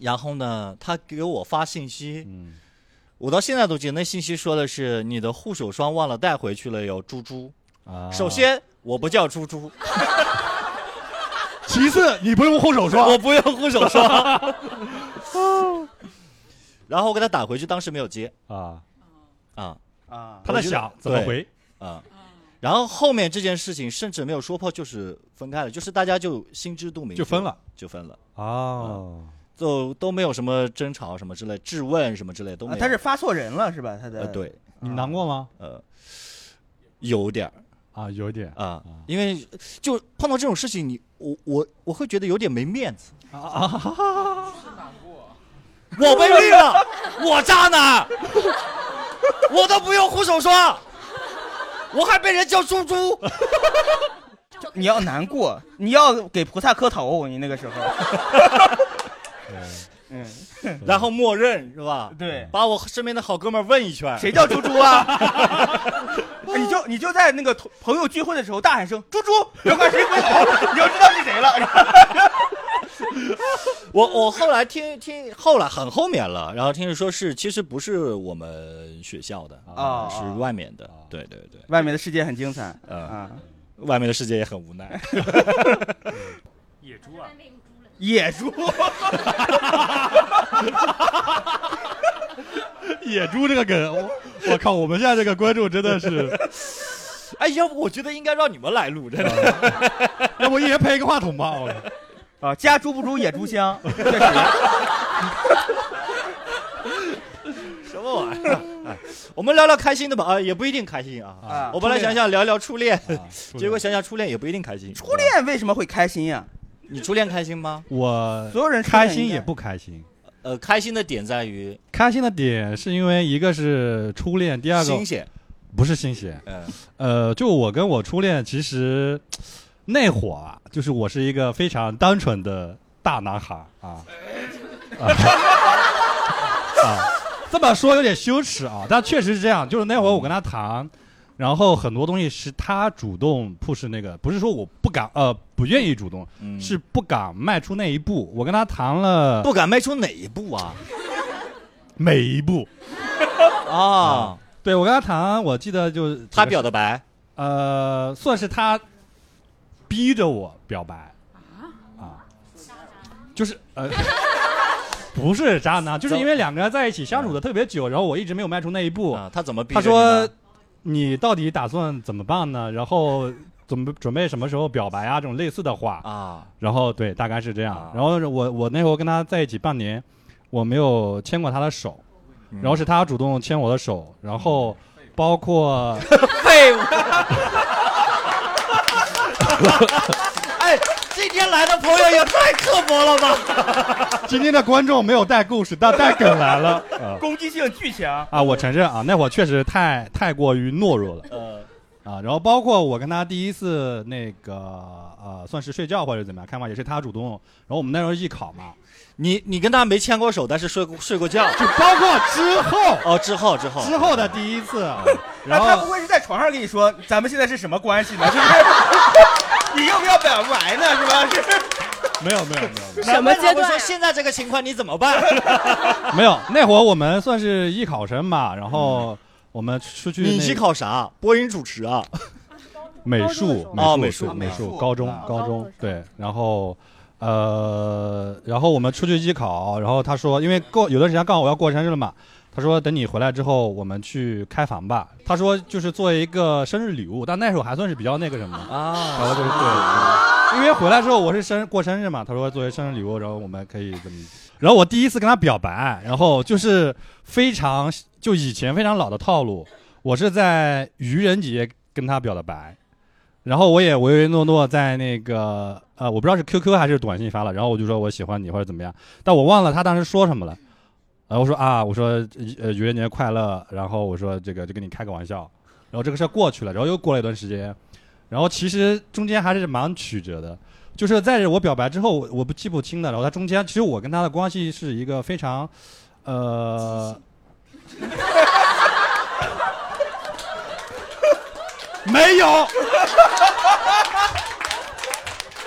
[SPEAKER 1] 然后呢，他给我发信息，
[SPEAKER 4] 嗯，
[SPEAKER 1] 我到现在都记得那信息说的是你的护手霜忘了带回去了哟，猪猪。
[SPEAKER 4] 啊
[SPEAKER 1] 首，先我不叫猪 猪，
[SPEAKER 4] 其次你不用护手
[SPEAKER 1] 我
[SPEAKER 4] 霜，
[SPEAKER 1] 不用护手 霜。 然后我给他打回去，当时没有接
[SPEAKER 4] 啊，
[SPEAKER 1] 啊
[SPEAKER 3] 啊，
[SPEAKER 4] 他在想怎么回。
[SPEAKER 1] 啊。然后后面这件事情甚至没有说破，就是分开了，就是大家就心知肚明，
[SPEAKER 4] 就分了，
[SPEAKER 1] 就分了，
[SPEAKER 4] 哦，
[SPEAKER 1] 就都没有什么争吵什么之类，质问什么之类都没
[SPEAKER 3] 啊
[SPEAKER 1] 有。
[SPEAKER 3] 他是发错人了是吧？他的
[SPEAKER 1] 呃，对，
[SPEAKER 4] 你难过吗？
[SPEAKER 1] 呃，有点儿
[SPEAKER 4] 啊，有点
[SPEAKER 1] 啊，因为就碰到这种事情，你我我我会觉得有点没面子。
[SPEAKER 4] 啊啊，
[SPEAKER 1] 我被绿了，我渣男， 我都不用护手霜，我还被人叫猪猪。
[SPEAKER 3] 你要难过，你要给菩萨磕头，你那 个时候。嗯，
[SPEAKER 1] 然后默认是吧？
[SPEAKER 3] 对
[SPEAKER 1] 把我身边的好哥们儿问一圈，
[SPEAKER 3] 谁叫猪猪啊？ 哎你就你就在那个同朋友聚会的时候大喊声“猪猪”，别管谁回头，你就知道是谁 了。
[SPEAKER 1] 我我后来听听后来很后面了，然后听说是其实不是我们学校的
[SPEAKER 3] 啊
[SPEAKER 1] 是外面的
[SPEAKER 4] 啊。
[SPEAKER 1] 对对对，
[SPEAKER 3] 外面的世界很精彩
[SPEAKER 1] 呃，
[SPEAKER 3] 啊，
[SPEAKER 1] 外面的世界也很无奈。
[SPEAKER 6] 野猪啊，
[SPEAKER 3] 野猪，
[SPEAKER 4] 野猪这个梗，我我靠，我们现在这个观众真的是，
[SPEAKER 1] 哎，要不我觉得应该让你们来录，真的。
[SPEAKER 4] 要不一人配一个话筒吧？ 我
[SPEAKER 3] 啊，家猪不如野猪香，确 实
[SPEAKER 1] 什么玩意儿？哎，我们聊聊开心的吧，啊，也不一定开心啊。
[SPEAKER 3] 啊。
[SPEAKER 1] 我本来想想聊聊初恋，
[SPEAKER 4] 啊
[SPEAKER 1] 结果想想初恋也不一定开心。初
[SPEAKER 3] 初，恋为什么会开心呀？
[SPEAKER 1] 你初恋开心吗？
[SPEAKER 4] 我
[SPEAKER 3] 所有人初恋
[SPEAKER 4] 开心也不开心。
[SPEAKER 1] 呃，开心的点在于
[SPEAKER 4] 开心的点是因为一个是初恋，第二个
[SPEAKER 1] 新鲜，
[SPEAKER 4] 不是新鲜。
[SPEAKER 1] 嗯
[SPEAKER 4] 呃，就我跟我初恋其实那会儿啊，就是我是一个非常单纯的大男孩 啊啊啊，这么说有点羞耻啊，但确实是这样。就是那会儿我跟他谈，然后很多东西是他主动 push 那个，不是说我不敢呃不愿意主动，
[SPEAKER 1] 嗯，
[SPEAKER 4] 是不敢迈出那一步。我跟他谈了
[SPEAKER 1] 啊不敢迈出哪一步啊？
[SPEAKER 4] 每一步，
[SPEAKER 1] 啊，
[SPEAKER 4] 对我跟他谈，我记得就
[SPEAKER 1] 他表的白，
[SPEAKER 4] 呃，算是他啊逼着我表白啊，就是呃， 不是渣男，就是因为两个人在一起相处的特别久，然后我一直没有迈出那一步。
[SPEAKER 1] 啊，他怎么逼
[SPEAKER 4] 他
[SPEAKER 1] 着你呢？
[SPEAKER 4] 说：“你到底打算怎么办呢？然后准备准备什么时候表白啊？这种类似的话。
[SPEAKER 1] 啊，
[SPEAKER 4] 然后对，大概是这样
[SPEAKER 1] 啊。
[SPEAKER 4] 然后我我那会儿跟他在一起半年，我没有牵过他的手，
[SPEAKER 1] 嗯
[SPEAKER 4] 然后是他主动牵我的手，然后包括
[SPEAKER 3] 废物，
[SPEAKER 1] 哎，今天来的朋友也太刻薄了吧！
[SPEAKER 4] 今天的观众没有带故事，但带梗来 了。啊
[SPEAKER 3] 攻击性巨强。
[SPEAKER 4] 啊，我承认啊，那会儿确实太太过于懦弱了
[SPEAKER 3] 嗯
[SPEAKER 1] 呃，
[SPEAKER 4] 啊。然后包括我跟他第一次那个呃，算是睡觉或者怎么样，看吧，也是他主动。然后我们那时候艺考 嘛，
[SPEAKER 1] 你你跟他没牵过手，但是睡过睡过 觉。
[SPEAKER 4] 就包括之后
[SPEAKER 1] 哦，之后之后
[SPEAKER 4] 之后的第一 次，
[SPEAKER 3] 那
[SPEAKER 4] 然
[SPEAKER 3] 哎他不
[SPEAKER 4] 后
[SPEAKER 3] 会是在床上跟你说咱们现在是什么关系呢？就是 你要不要表白呢？是吧？是
[SPEAKER 4] 没有没有没有没
[SPEAKER 5] 什么阶段
[SPEAKER 1] 我说
[SPEAKER 5] 啊？
[SPEAKER 1] 现在这个情况你怎么 办？
[SPEAKER 4] 有没有，那会儿我们算是艺考生嘛，然
[SPEAKER 3] 嗯
[SPEAKER 4] 后我们出去
[SPEAKER 1] 你
[SPEAKER 4] 那
[SPEAKER 1] 去考啥？播音主持啊？
[SPEAKER 4] 美术
[SPEAKER 5] 术
[SPEAKER 1] 哦
[SPEAKER 4] 美
[SPEAKER 1] 美
[SPEAKER 4] 术
[SPEAKER 1] 术
[SPEAKER 4] 美
[SPEAKER 1] 美
[SPEAKER 4] 术
[SPEAKER 3] 术
[SPEAKER 4] 高中
[SPEAKER 3] 啊
[SPEAKER 4] 高
[SPEAKER 5] 高中
[SPEAKER 4] 中
[SPEAKER 5] 的时候
[SPEAKER 4] 对，然后呃，然后我们出去艺考，然后他说，因为过有段时间刚好我要过生日了嘛，他说等你回来之后我们去开房吧，他说就是做一个生日礼物，但那时候还算是比较那个什么，
[SPEAKER 1] 啊，
[SPEAKER 4] 然后就是对，因为回来之后我是生过生日嘛，他说作为生日礼物，然后我们可以怎么？然后我第一次跟他表白，然后就是非常就以前非常老的套路，我是在愚人节跟他表的白，然后我也唯唯诺诺在那个呃，我不知道是 QQ 还是短信发了，然后我就说我喜欢你或者怎么样，但我忘了他当时说什么了。然后我说啊，我说呃愚人节快乐，然后我说这个就跟你开个玩笑，然后这个事儿过去了，然后又过了一段时间，然后其实中间还是蛮曲折的，就是在我表白之后，我我不记不清了。然后他中间，其实我跟他的关系是一个非常，呃，没有，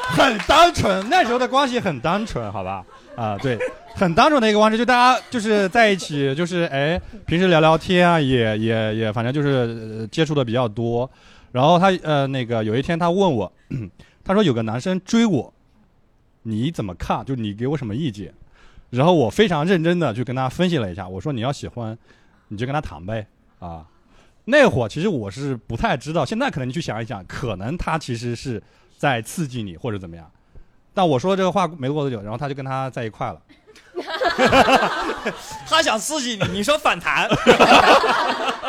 [SPEAKER 4] 很单纯。那时候的关系很单纯，好吧？啊、对，很单纯的一个关系，就大家就是在一起，就是哎，平时聊聊天啊，也也也，反正就是、呃接触的比较多。然后他呃那个有一天他问我， 他说有个男生追我，你怎么看？就你给我什么意见？然后我非常认真的去跟他分析了一下，我说你要喜欢，你就跟他谈呗啊。那会儿其实我是不太知道，现在可能你去想一想，可能他其实是在刺激你或者怎么样。但我说这个话没过多久，然后他就跟他在一块了。
[SPEAKER 1] 他想刺激你，你说反弹。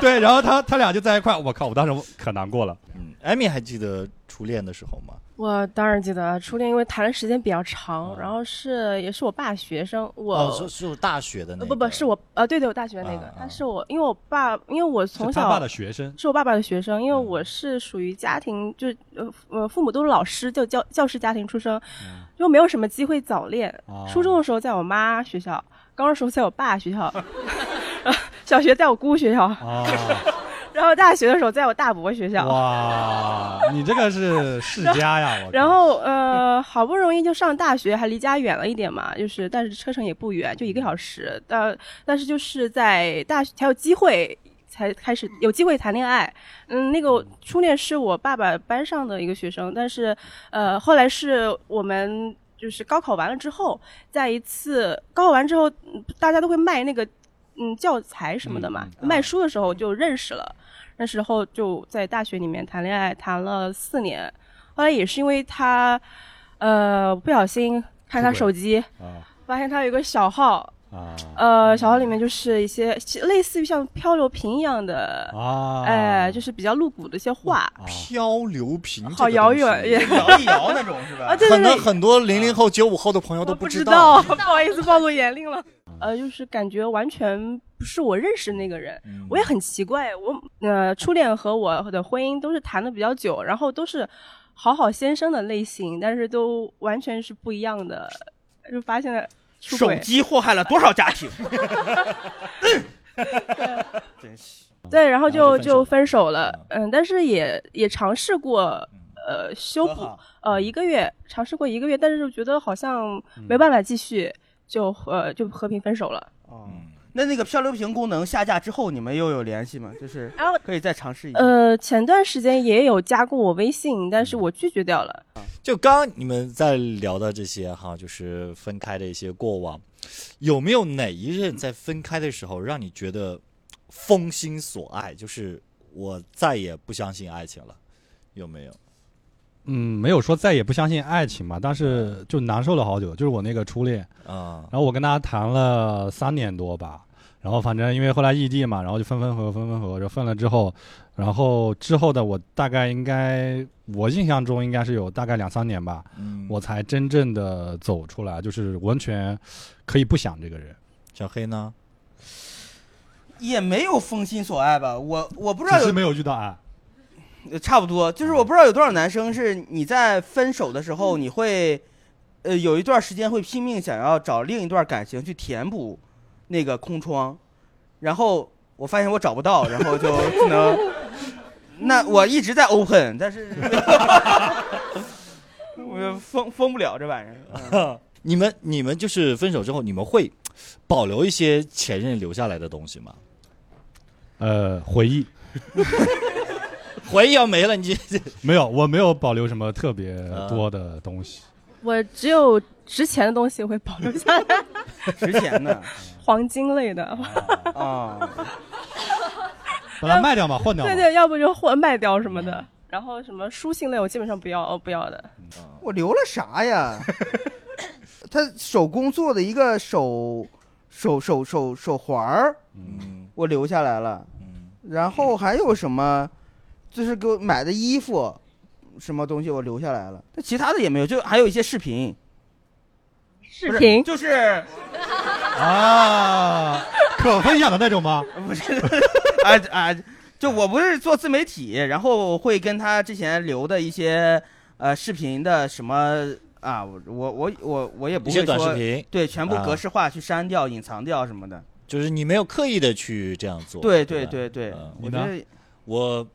[SPEAKER 4] 对，然后他他俩就在一块，我靠，我当时可难过了。
[SPEAKER 1] 嗯，艾米还记得初恋的时候吗？
[SPEAKER 5] 我当然记得啊初恋，因为谈的时间比较长，然后是也是我爸学生，我、
[SPEAKER 1] 哦，是是大学的那
[SPEAKER 5] 呃
[SPEAKER 1] 个。
[SPEAKER 5] 不不是我呃对对，我大学那个，
[SPEAKER 1] 啊啊
[SPEAKER 5] 他是我因为我爸因为我从
[SPEAKER 4] 是
[SPEAKER 5] 小
[SPEAKER 4] 他爸的学生，
[SPEAKER 5] 是我爸爸的学生，因为我是属于家庭，就是呃呃，父母都是老师，就教教师家庭出身，就没有什么机会早恋。
[SPEAKER 4] 哦
[SPEAKER 5] 初中的时候在我妈学校，高中的时候在我爸学校， 呃小学在我姑学校，
[SPEAKER 4] 啊，
[SPEAKER 5] 然后大学的时候在我大伯学校。
[SPEAKER 4] 哇，你这个是世家呀！我
[SPEAKER 5] 然后呃，好不容易就上大学，还离家远了一点嘛，就是但是车程也不远，就一个小时。呃，但是就是在大学才有机会。才开始有机会谈恋爱，嗯，那个我初恋是我爸爸班上的一个学生，但是，呃，后来是我们就是高考完了之后，在一次高考完之后，嗯大家都会卖那个嗯教材什么的嘛，卖书的时候就认识了，那时候就在大学里面谈恋爱，谈了四年，后来也是因为他，呃，不小心看他
[SPEAKER 4] 出轨
[SPEAKER 5] 手机，
[SPEAKER 4] 啊
[SPEAKER 5] 发现他有一个小号，
[SPEAKER 4] 啊
[SPEAKER 5] 呃，小号里面就是一些其类似于像漂流瓶一样的，
[SPEAKER 4] 啊！
[SPEAKER 5] 哎，就是比较露骨的一些话，
[SPEAKER 1] 哦
[SPEAKER 4] 啊
[SPEAKER 1] 漂流瓶这个东西，
[SPEAKER 5] 好遥远也。
[SPEAKER 3] 摇一摇那种是吧
[SPEAKER 5] 啊，？ 对
[SPEAKER 1] 可
[SPEAKER 5] 对
[SPEAKER 1] 能
[SPEAKER 5] 对，
[SPEAKER 1] 很多零零后、九五后的朋友都
[SPEAKER 5] 我不
[SPEAKER 1] 知
[SPEAKER 5] 知
[SPEAKER 1] 道。
[SPEAKER 5] 道，不 好意思暴露年龄了。呃，就是感觉完全不是我认识的那个人，
[SPEAKER 1] 嗯
[SPEAKER 5] 我也很奇怪，我呃初恋和我的婚姻都是谈的比较久，然后都是好好先生的类型，但是都完全是不一样的，就发现了出
[SPEAKER 3] 手
[SPEAKER 5] 轨。
[SPEAKER 3] 机祸害了多少家庭？ 真是
[SPEAKER 5] 对，然后就
[SPEAKER 1] 然后就
[SPEAKER 5] 就分手了，嗯，但是也也尝试过呃修补，呃一个月尝试过一个嗯月，但是就觉得好像没办法继续，就呃就和平分手了。
[SPEAKER 3] 哦，
[SPEAKER 1] 嗯
[SPEAKER 3] 那那个漂流瓶功能下架之后，你们又有联系吗？就是
[SPEAKER 5] 然后
[SPEAKER 3] 可以再尝试一下。
[SPEAKER 5] 呃，前段时间也有加过我微信，但是我拒绝掉了。
[SPEAKER 1] 就刚刚你们在聊的这些哈，就是分开的一些过往，有没有哪一任在分开的时候让你觉得封心所爱？就是我再也不相信爱情了，有没有？
[SPEAKER 4] 嗯，没有说再也不相信爱情嘛，但是就难受了好久。就是我那个初恋，
[SPEAKER 1] 啊、
[SPEAKER 4] 然后我跟他谈了三年多吧，然后反正因为后来异地嘛，然后就分分合合，分分合合，就分了之后，然后之后的我大概应该，我印象中应该是有大概两三年吧，
[SPEAKER 3] 啊
[SPEAKER 1] 嗯，
[SPEAKER 4] 我才真正的走出来，就是完全可以不想这个人。
[SPEAKER 1] 小黑呢？
[SPEAKER 3] 也没有封心所爱吧，我我不知道
[SPEAKER 4] 只是
[SPEAKER 3] 有
[SPEAKER 4] 没有遇到爱，
[SPEAKER 3] 呃差不多，就是我不知道有多少男生是你在分手的时候，
[SPEAKER 2] 嗯
[SPEAKER 3] 你会，呃，有一段时间会拼命想要找另一段感情去填补那个空窗，然后我发现我找不到，然后就只能，那我一直在 open，但是，我封封不了这玩意儿。嗯
[SPEAKER 1] 你们你们就是分手之后，你们会保留一些前任留下来的东西吗？
[SPEAKER 4] 呃，回忆
[SPEAKER 1] 回忆要没了，你这
[SPEAKER 4] 没有，我没有保留什么特别多的东 西。
[SPEAKER 5] 我只有值钱的东西会保留下 来，
[SPEAKER 3] 值 钱的
[SPEAKER 5] 黄金类的，
[SPEAKER 3] 啊，
[SPEAKER 4] 把它卖掉嘛，换掉嘛
[SPEAKER 5] 对。对，要嗯不就或卖掉什么的。然后什么书信类，我基本上不要，哦，不要的。
[SPEAKER 2] 我留了啥呀？他手工做的一个手手手手手环儿，
[SPEAKER 1] 嗯
[SPEAKER 2] 我留下来了。
[SPEAKER 1] 嗯，
[SPEAKER 2] 然后还有什么，就是给我买的衣服，什么东西我留下来了。
[SPEAKER 3] 那其他的也没有，就还有一些视频，不
[SPEAKER 5] 视
[SPEAKER 3] 是
[SPEAKER 5] 频
[SPEAKER 3] 就是
[SPEAKER 4] 啊，可分享的那种 吗？
[SPEAKER 3] 不是 啊啊，就我不是做自媒体，然后会跟他之前留的一些呃视频的什么啊，我我我我我也不
[SPEAKER 1] 一些
[SPEAKER 3] 会
[SPEAKER 1] 短视
[SPEAKER 3] 说
[SPEAKER 1] 频，
[SPEAKER 3] 对全部
[SPEAKER 1] 啊
[SPEAKER 3] 格式化去删掉、隐藏掉什么的。
[SPEAKER 1] 就是你没有刻意的去这样做。
[SPEAKER 3] 对
[SPEAKER 1] 对
[SPEAKER 3] 对
[SPEAKER 1] 吧
[SPEAKER 3] 对对
[SPEAKER 1] 嗯，
[SPEAKER 3] 我
[SPEAKER 4] 你
[SPEAKER 3] 觉
[SPEAKER 4] 呢
[SPEAKER 3] 得
[SPEAKER 1] 我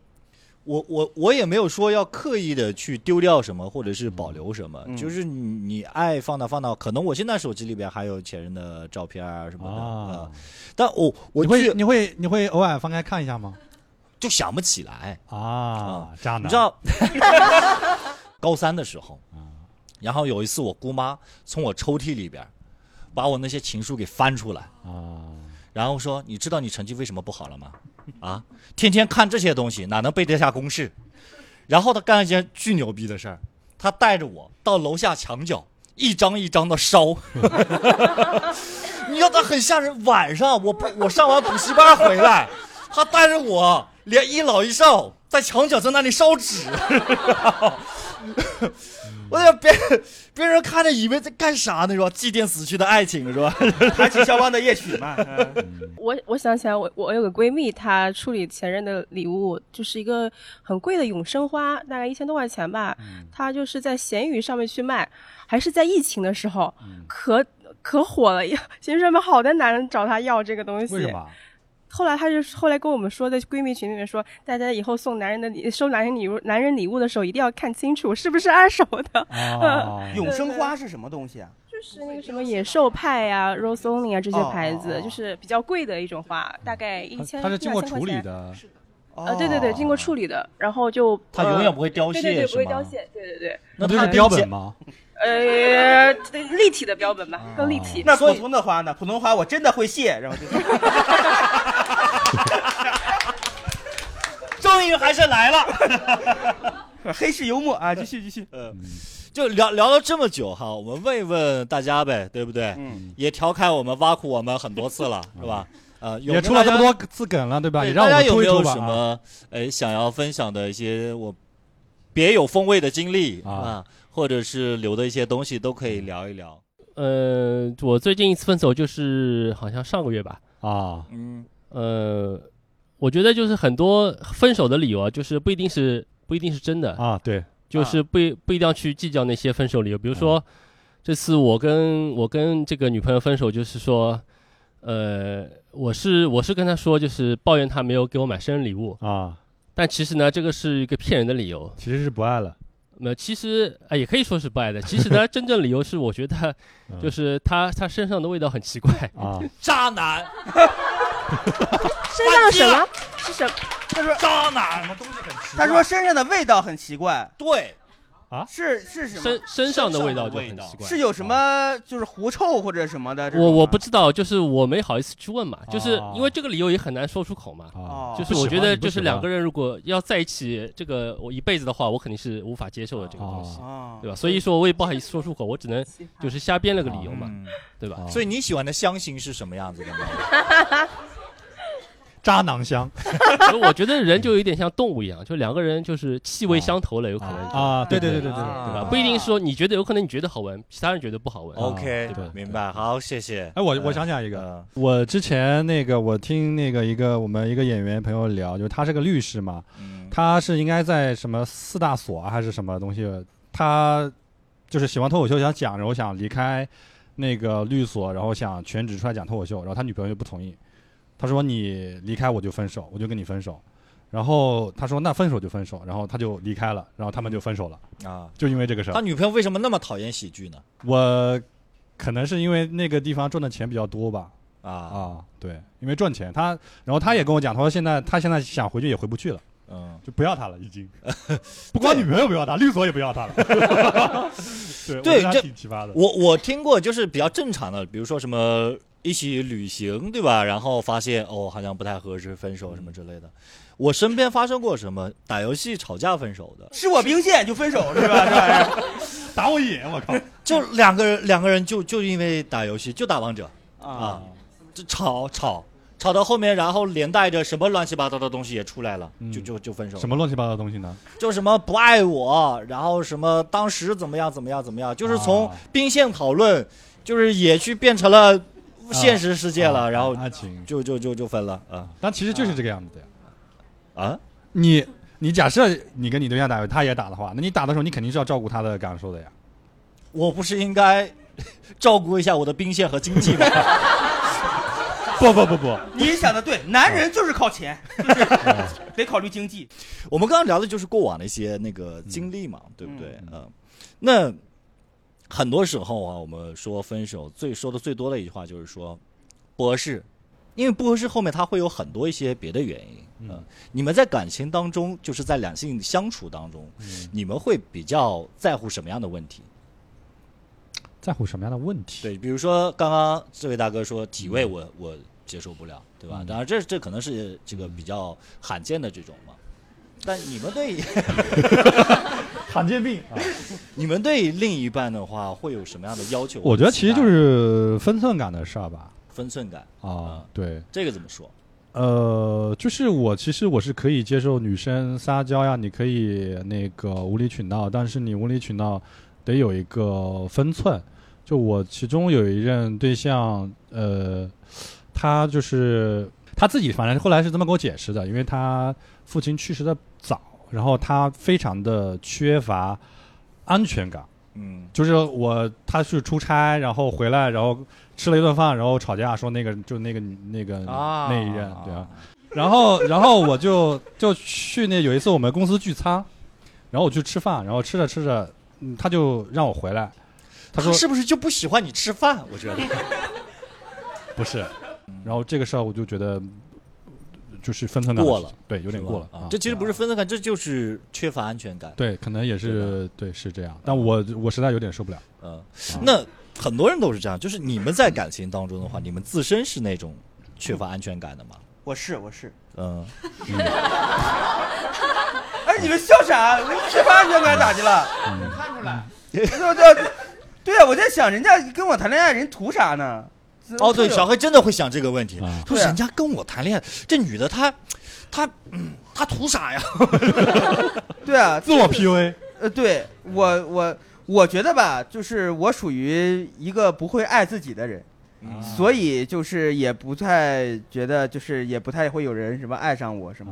[SPEAKER 1] 我我我也没有说要刻意的去丢掉什么，或者是保留什么，
[SPEAKER 3] 嗯
[SPEAKER 1] 就是你你爱放到放到，可能我现在手机里边还有前任的照片啊什么的
[SPEAKER 4] 啊
[SPEAKER 1] 呃，但我我
[SPEAKER 4] 你会
[SPEAKER 1] 去
[SPEAKER 4] 你会你会偶尔翻开看一下吗？
[SPEAKER 1] 就想不起来，
[SPEAKER 4] 啊，渣男，
[SPEAKER 1] 你知 道，高三的时候，
[SPEAKER 4] 啊
[SPEAKER 1] 然后有一次我姑妈从我抽屉里边把我那些情书给翻出来。
[SPEAKER 4] 啊？
[SPEAKER 1] 然后说：“你知道你成绩为什么不好了吗？啊，天天看这些东西，哪能背得下公式？”然后他干了一件巨牛逼的事儿，他带着我到楼下墙角一张一张的烧。 你要他很吓人。晚上我不我上完补习班回来，他带着我连一老一少在墙角在那里烧纸。 我在别人别人看着以为在干啥呢？是吧？祭奠死去的爱情是吧？
[SPEAKER 3] 弹起肖邦的夜曲 嘛，嗯
[SPEAKER 5] 我我想起来我，我有个闺蜜，她处理前任的礼物就是一个很贵的永生花，大概一千多块钱吧。
[SPEAKER 4] 嗯
[SPEAKER 5] 她就是在闲鱼上面去卖，还是在疫情的时候，
[SPEAKER 4] 嗯
[SPEAKER 5] 可可火了。 闲鱼上面好多男人找她要这个东西。
[SPEAKER 4] 为什么？
[SPEAKER 5] 后来她就后来跟我们说，在闺蜜群里面说，大家以后送男人的礼收男人礼物男人礼物的时候，一定要看清楚是不是二手的，
[SPEAKER 4] 啊，
[SPEAKER 3] 永生花是什么东西啊？
[SPEAKER 5] 就是那个什么野兽派呀、Rose Only 啊这些
[SPEAKER 3] 哦
[SPEAKER 5] 牌
[SPEAKER 3] 哦
[SPEAKER 5] 子，
[SPEAKER 3] 哦
[SPEAKER 5] 就是比较贵的一种花，大概一千。
[SPEAKER 4] 他他是经过
[SPEAKER 5] 一两千块
[SPEAKER 4] 处理
[SPEAKER 5] 钱
[SPEAKER 4] 的，
[SPEAKER 3] 哦
[SPEAKER 5] 呃，对对对，经过处理的，然后就
[SPEAKER 1] 它
[SPEAKER 5] 呃
[SPEAKER 1] 永远不会凋谢，
[SPEAKER 5] 对对对，
[SPEAKER 1] 是
[SPEAKER 5] 不会
[SPEAKER 1] 吗
[SPEAKER 5] 凋。谢，对对对，
[SPEAKER 1] 那
[SPEAKER 4] 那
[SPEAKER 1] 它
[SPEAKER 4] 不就是
[SPEAKER 1] 跟
[SPEAKER 4] 标
[SPEAKER 1] 剪
[SPEAKER 4] 本吗？
[SPEAKER 5] 呃，对立体的标本吧，更立
[SPEAKER 1] 哦
[SPEAKER 5] 体。
[SPEAKER 3] 那普通的花呢？普通花我真的会谢，然后就是
[SPEAKER 1] 终于还是来了。
[SPEAKER 3] 黑市幽默啊，继续继 续，
[SPEAKER 1] 就聊聊了这么久哈，我们问一问大家呗，对不对？
[SPEAKER 3] 嗯，
[SPEAKER 1] 也调侃我们、挖苦我们很多次了，是吧？呃，有没
[SPEAKER 4] 也
[SPEAKER 1] 有
[SPEAKER 4] 出了这
[SPEAKER 1] 大
[SPEAKER 4] 么
[SPEAKER 1] 家，
[SPEAKER 4] 多次梗了，对吧？
[SPEAKER 1] 对
[SPEAKER 4] 也让我
[SPEAKER 1] 大家
[SPEAKER 4] 们
[SPEAKER 1] 有
[SPEAKER 4] 出
[SPEAKER 1] 没
[SPEAKER 4] 一出
[SPEAKER 1] 有
[SPEAKER 4] 吧。
[SPEAKER 1] 什么哎想要分享的一些我别有风味的经历
[SPEAKER 4] 啊
[SPEAKER 1] 啊，或者是留的一些东西都可以聊一聊。
[SPEAKER 7] 呃，我最近一次分手就是好像上个月吧。
[SPEAKER 4] 啊？
[SPEAKER 1] 嗯
[SPEAKER 7] 呃，我觉得就是很多分手的理由啊，就是不一定是不一定是真的，
[SPEAKER 4] 啊，对，
[SPEAKER 7] 就是不一不一定要去计较那些分手理由。比如
[SPEAKER 4] 啊
[SPEAKER 7] 说，这次我跟我跟这个女朋友分手，就是说，呃，我是我是跟她说，就是抱怨她没有给我买生日礼物，
[SPEAKER 4] 啊，
[SPEAKER 7] 但其实呢，这个是一个骗人的理由。
[SPEAKER 4] 其实是不爱了
[SPEAKER 7] 那其实啊，也可以说是不爱的。其 实呢，真正理由是我觉得
[SPEAKER 4] 嗯
[SPEAKER 7] 就是他他身上的味道很奇怪，
[SPEAKER 4] 啊，
[SPEAKER 1] 渣男，
[SPEAKER 5] 身上什么是什么？
[SPEAKER 1] 渣男，
[SPEAKER 3] 他说身上的味道很奇怪，
[SPEAKER 1] 对，
[SPEAKER 3] 是是什么
[SPEAKER 7] 身？身上的味道就
[SPEAKER 1] 身上
[SPEAKER 7] 很
[SPEAKER 1] 的味道
[SPEAKER 7] 奇怪。
[SPEAKER 3] 是有什么就是狐臭或者什么的这种
[SPEAKER 7] 我
[SPEAKER 3] 吗？
[SPEAKER 7] 我不知道，就是我没好意思去问
[SPEAKER 1] 啊
[SPEAKER 7] 嘛，就是
[SPEAKER 4] 哦
[SPEAKER 7] 因为这个理由也很难说出口嘛。
[SPEAKER 1] 哦
[SPEAKER 4] 啊
[SPEAKER 7] 就是
[SPEAKER 4] 不喜
[SPEAKER 7] 我
[SPEAKER 4] 欢
[SPEAKER 7] 觉得，
[SPEAKER 4] 你不
[SPEAKER 7] 就是
[SPEAKER 4] 喜
[SPEAKER 7] 两
[SPEAKER 4] 欢
[SPEAKER 7] 个人如果要在一起，这个我一辈子的话，我肯定是无法接受的这个东西，
[SPEAKER 3] 啊
[SPEAKER 7] 对吧？所以说我也不好意思说出口，我只能
[SPEAKER 1] 啊
[SPEAKER 7] 就是瞎编了个理由嘛，
[SPEAKER 1] 嗯，
[SPEAKER 7] 对
[SPEAKER 4] 啊
[SPEAKER 7] 吧？
[SPEAKER 1] 所以你喜欢的香型是什么样子的呢？
[SPEAKER 4] 渣男香
[SPEAKER 1] 啊
[SPEAKER 7] 所以我觉得人就有点像动物一样，就两个人就是气味相投了，有可能就
[SPEAKER 4] 啊，对对对对对
[SPEAKER 1] 啊哦
[SPEAKER 7] 对
[SPEAKER 4] 对
[SPEAKER 7] 吧？不一定说你觉得，有可能你觉得好闻，其他人觉得不好闻。
[SPEAKER 1] OK，
[SPEAKER 4] 哦对
[SPEAKER 1] 明白，好，谢谢。
[SPEAKER 4] 哎，我我想起来一个，
[SPEAKER 1] 呃，
[SPEAKER 4] 我之前那个我听那个一个我们一个演员朋友聊，就是他是个律师嘛，
[SPEAKER 1] 嗯
[SPEAKER 4] 他是应该在什么四大所啊还是什么东西，他就是喜欢脱口秀，想讲，然后想离开那个律所，然后想全职出来讲脱口秀，然后他女朋友就不同意，他说你离开我就分手，我就跟你分手。然后他说那分手就分手，然后他就离开了，然后他们就分手了，
[SPEAKER 1] 啊，
[SPEAKER 4] 就因为这个事
[SPEAKER 1] 他
[SPEAKER 4] 儿。
[SPEAKER 1] 女朋友为什么那么讨厌喜剧呢？
[SPEAKER 4] 我可能是因为那个地方赚的钱比较多吧，
[SPEAKER 1] 啊，
[SPEAKER 4] 啊，对，因为赚钱，他，然后他也跟我讲，他说现在他现在想回去也回不去了，
[SPEAKER 1] 嗯，
[SPEAKER 4] 就不要他了，已 经，不光女朋友不要他，律所也不要他了， 对，
[SPEAKER 1] 对这
[SPEAKER 4] 我觉得他挺奇葩的，
[SPEAKER 1] 我我听过就是比较正常的，比如说什么一起旅行，对吧？然后发现哦，好像不太合适，分手什么之类的。我身边发生过什么打游戏吵架分手的，
[SPEAKER 3] 吃我兵线就分手是吧？这 玩意儿。
[SPEAKER 4] 打我眼， 我靠，
[SPEAKER 1] 就两个人两个人就就因为打游戏就打王者
[SPEAKER 3] 啊
[SPEAKER 1] 啊，就吵吵吵到后面，然后连带着什么乱七八糟的东西也出来了，
[SPEAKER 4] 嗯
[SPEAKER 1] 就就就分手了。
[SPEAKER 4] 什么乱七八糟的东西呢？
[SPEAKER 1] 就什么不爱我，然后什么当时怎么样怎么样怎么样，就是从
[SPEAKER 4] 啊
[SPEAKER 1] 兵线讨论，就是也去变成了现实世界了，
[SPEAKER 4] 啊
[SPEAKER 1] 然后
[SPEAKER 4] 爱情，
[SPEAKER 1] 就就就就分了啊
[SPEAKER 4] 但其实就是这个样子的呀。
[SPEAKER 1] 啊！
[SPEAKER 4] 你你假设你跟你对象打，他也打的话，那你打的时候，你肯定是要照顾他的感受的呀。
[SPEAKER 1] 我不是应该照顾一下我的兵线和经济吗？
[SPEAKER 4] 不不不不，
[SPEAKER 3] 你想的对，男人就是靠钱，就是得考虑经济。
[SPEAKER 1] 我们刚刚聊的就是过往的一些那个经历嘛，对不对？
[SPEAKER 4] 嗯
[SPEAKER 1] 嗯，那很多时候啊，我们说分手最说的最多的一句话就是说不合适，因为不合适后面它会有很多一些别的原因。
[SPEAKER 4] 嗯
[SPEAKER 1] 嗯，你们在感情当中，就是在两性相处当中，
[SPEAKER 4] 嗯
[SPEAKER 1] 你们会比较在乎什么样的问题？
[SPEAKER 4] 在乎什么样的问题？
[SPEAKER 1] 对，比如说刚刚这位大哥说体味我，我接受不了，对吧？
[SPEAKER 4] 嗯
[SPEAKER 1] 当然这这可能是这个比较罕见的这种嘛。但你们对
[SPEAKER 4] 罕见病。
[SPEAKER 1] 你们对另一半的话会有什么样的要求？
[SPEAKER 4] 我觉得其实就是分寸感的事儿吧。
[SPEAKER 1] 分寸感，
[SPEAKER 4] 啊，对，
[SPEAKER 1] 这个怎么说？
[SPEAKER 4] 呃，就是我其实我是可以接受女生撒娇呀，你可以那个无理取闹，但是你无理取闹得有一个分寸。就我其中有一任对象，呃，他就是他自己，反正后来是这么给我解释的，因为他父亲去世的早，然后他非常的缺乏安全感。
[SPEAKER 1] 嗯
[SPEAKER 4] 就是我他去出差，然后回来，然后吃了一顿饭，然后吵架说那个就那个那个、
[SPEAKER 1] 啊
[SPEAKER 4] 那一任对啊，然后然后我就就去那有一次我们公司聚餐，然后我去吃饭，然后吃着吃着，嗯他就让我回来，他说
[SPEAKER 1] 啊是不是就不喜欢你吃饭？我觉得
[SPEAKER 4] 不是，然后这个事儿我就觉得就是分寸感
[SPEAKER 1] 过了，
[SPEAKER 4] 对， 有点过了
[SPEAKER 1] 是吧啊，这其实不是分寸感，这就是缺乏安全感。
[SPEAKER 4] 对，可能也
[SPEAKER 1] 对
[SPEAKER 4] 是对是这样，但我我实在有点受不了。
[SPEAKER 1] 嗯，那很多人都是这样，就是你们在感情当中
[SPEAKER 4] 嗯
[SPEAKER 1] 的话，你们自身是那种缺乏安全感的吗？
[SPEAKER 3] 我是我是，
[SPEAKER 1] 嗯，
[SPEAKER 3] 哎，你们笑啥？那吃饭就该咋的了？看出来， 对对对啊，我在想人家跟我谈恋爱，人图啥呢？
[SPEAKER 1] 哦，对，小黑真的会想这个问题
[SPEAKER 4] 啊，
[SPEAKER 1] 说
[SPEAKER 3] 对啊
[SPEAKER 1] 人家跟我谈恋爱，这女的她，她，嗯，她图啥呀？
[SPEAKER 3] 对啊，
[SPEAKER 4] 自我 PUA，
[SPEAKER 3] 呃，对我我我觉得吧，就是我属于一个不会爱自己的人，
[SPEAKER 4] 嗯
[SPEAKER 3] 所以就是也不太觉得，就是也不太会有人什么爱上我什么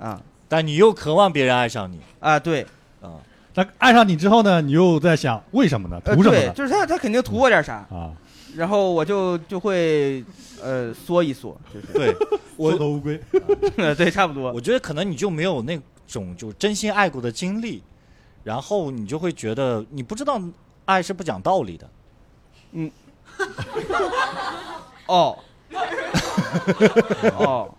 [SPEAKER 4] 啊，
[SPEAKER 3] 啊
[SPEAKER 1] 但你又渴望别人爱上你
[SPEAKER 3] 啊，对，
[SPEAKER 1] 啊，
[SPEAKER 4] 那爱上你之后呢，你又在想为什么呢？
[SPEAKER 3] 呃，
[SPEAKER 4] 图什么
[SPEAKER 3] 对，
[SPEAKER 4] 呢？
[SPEAKER 3] 就是他他肯定图我点啥，
[SPEAKER 4] 啊，
[SPEAKER 3] 然后我就就会呃缩一缩，就是
[SPEAKER 1] 对我
[SPEAKER 4] 缩头乌龟，
[SPEAKER 3] 对，差不多
[SPEAKER 1] 我觉得可能你就没有那种就真心爱过的经历，然后你就会觉得你不知道爱是不讲道理的。
[SPEAKER 3] 哦，哦，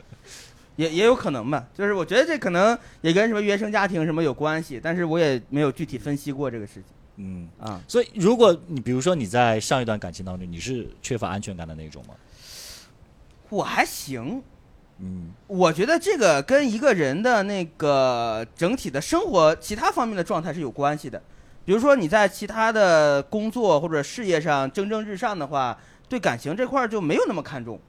[SPEAKER 3] 也也有可能吧，就是我觉得这可能也跟什么原生家庭什么有关系，但是我也没有具体分析过这个事情
[SPEAKER 1] 嗯，
[SPEAKER 3] 啊。
[SPEAKER 1] 所以如果你比如说你在上一段感情当中你是缺乏安全感的那种吗？
[SPEAKER 3] 我还行，
[SPEAKER 1] 嗯
[SPEAKER 3] 我觉得这个跟一个人的那个整体的生活其他方面的状态是有关系的。比如说你在其他的工作或者事业上蒸蒸日上的话，对感情这块儿就没有那么看重，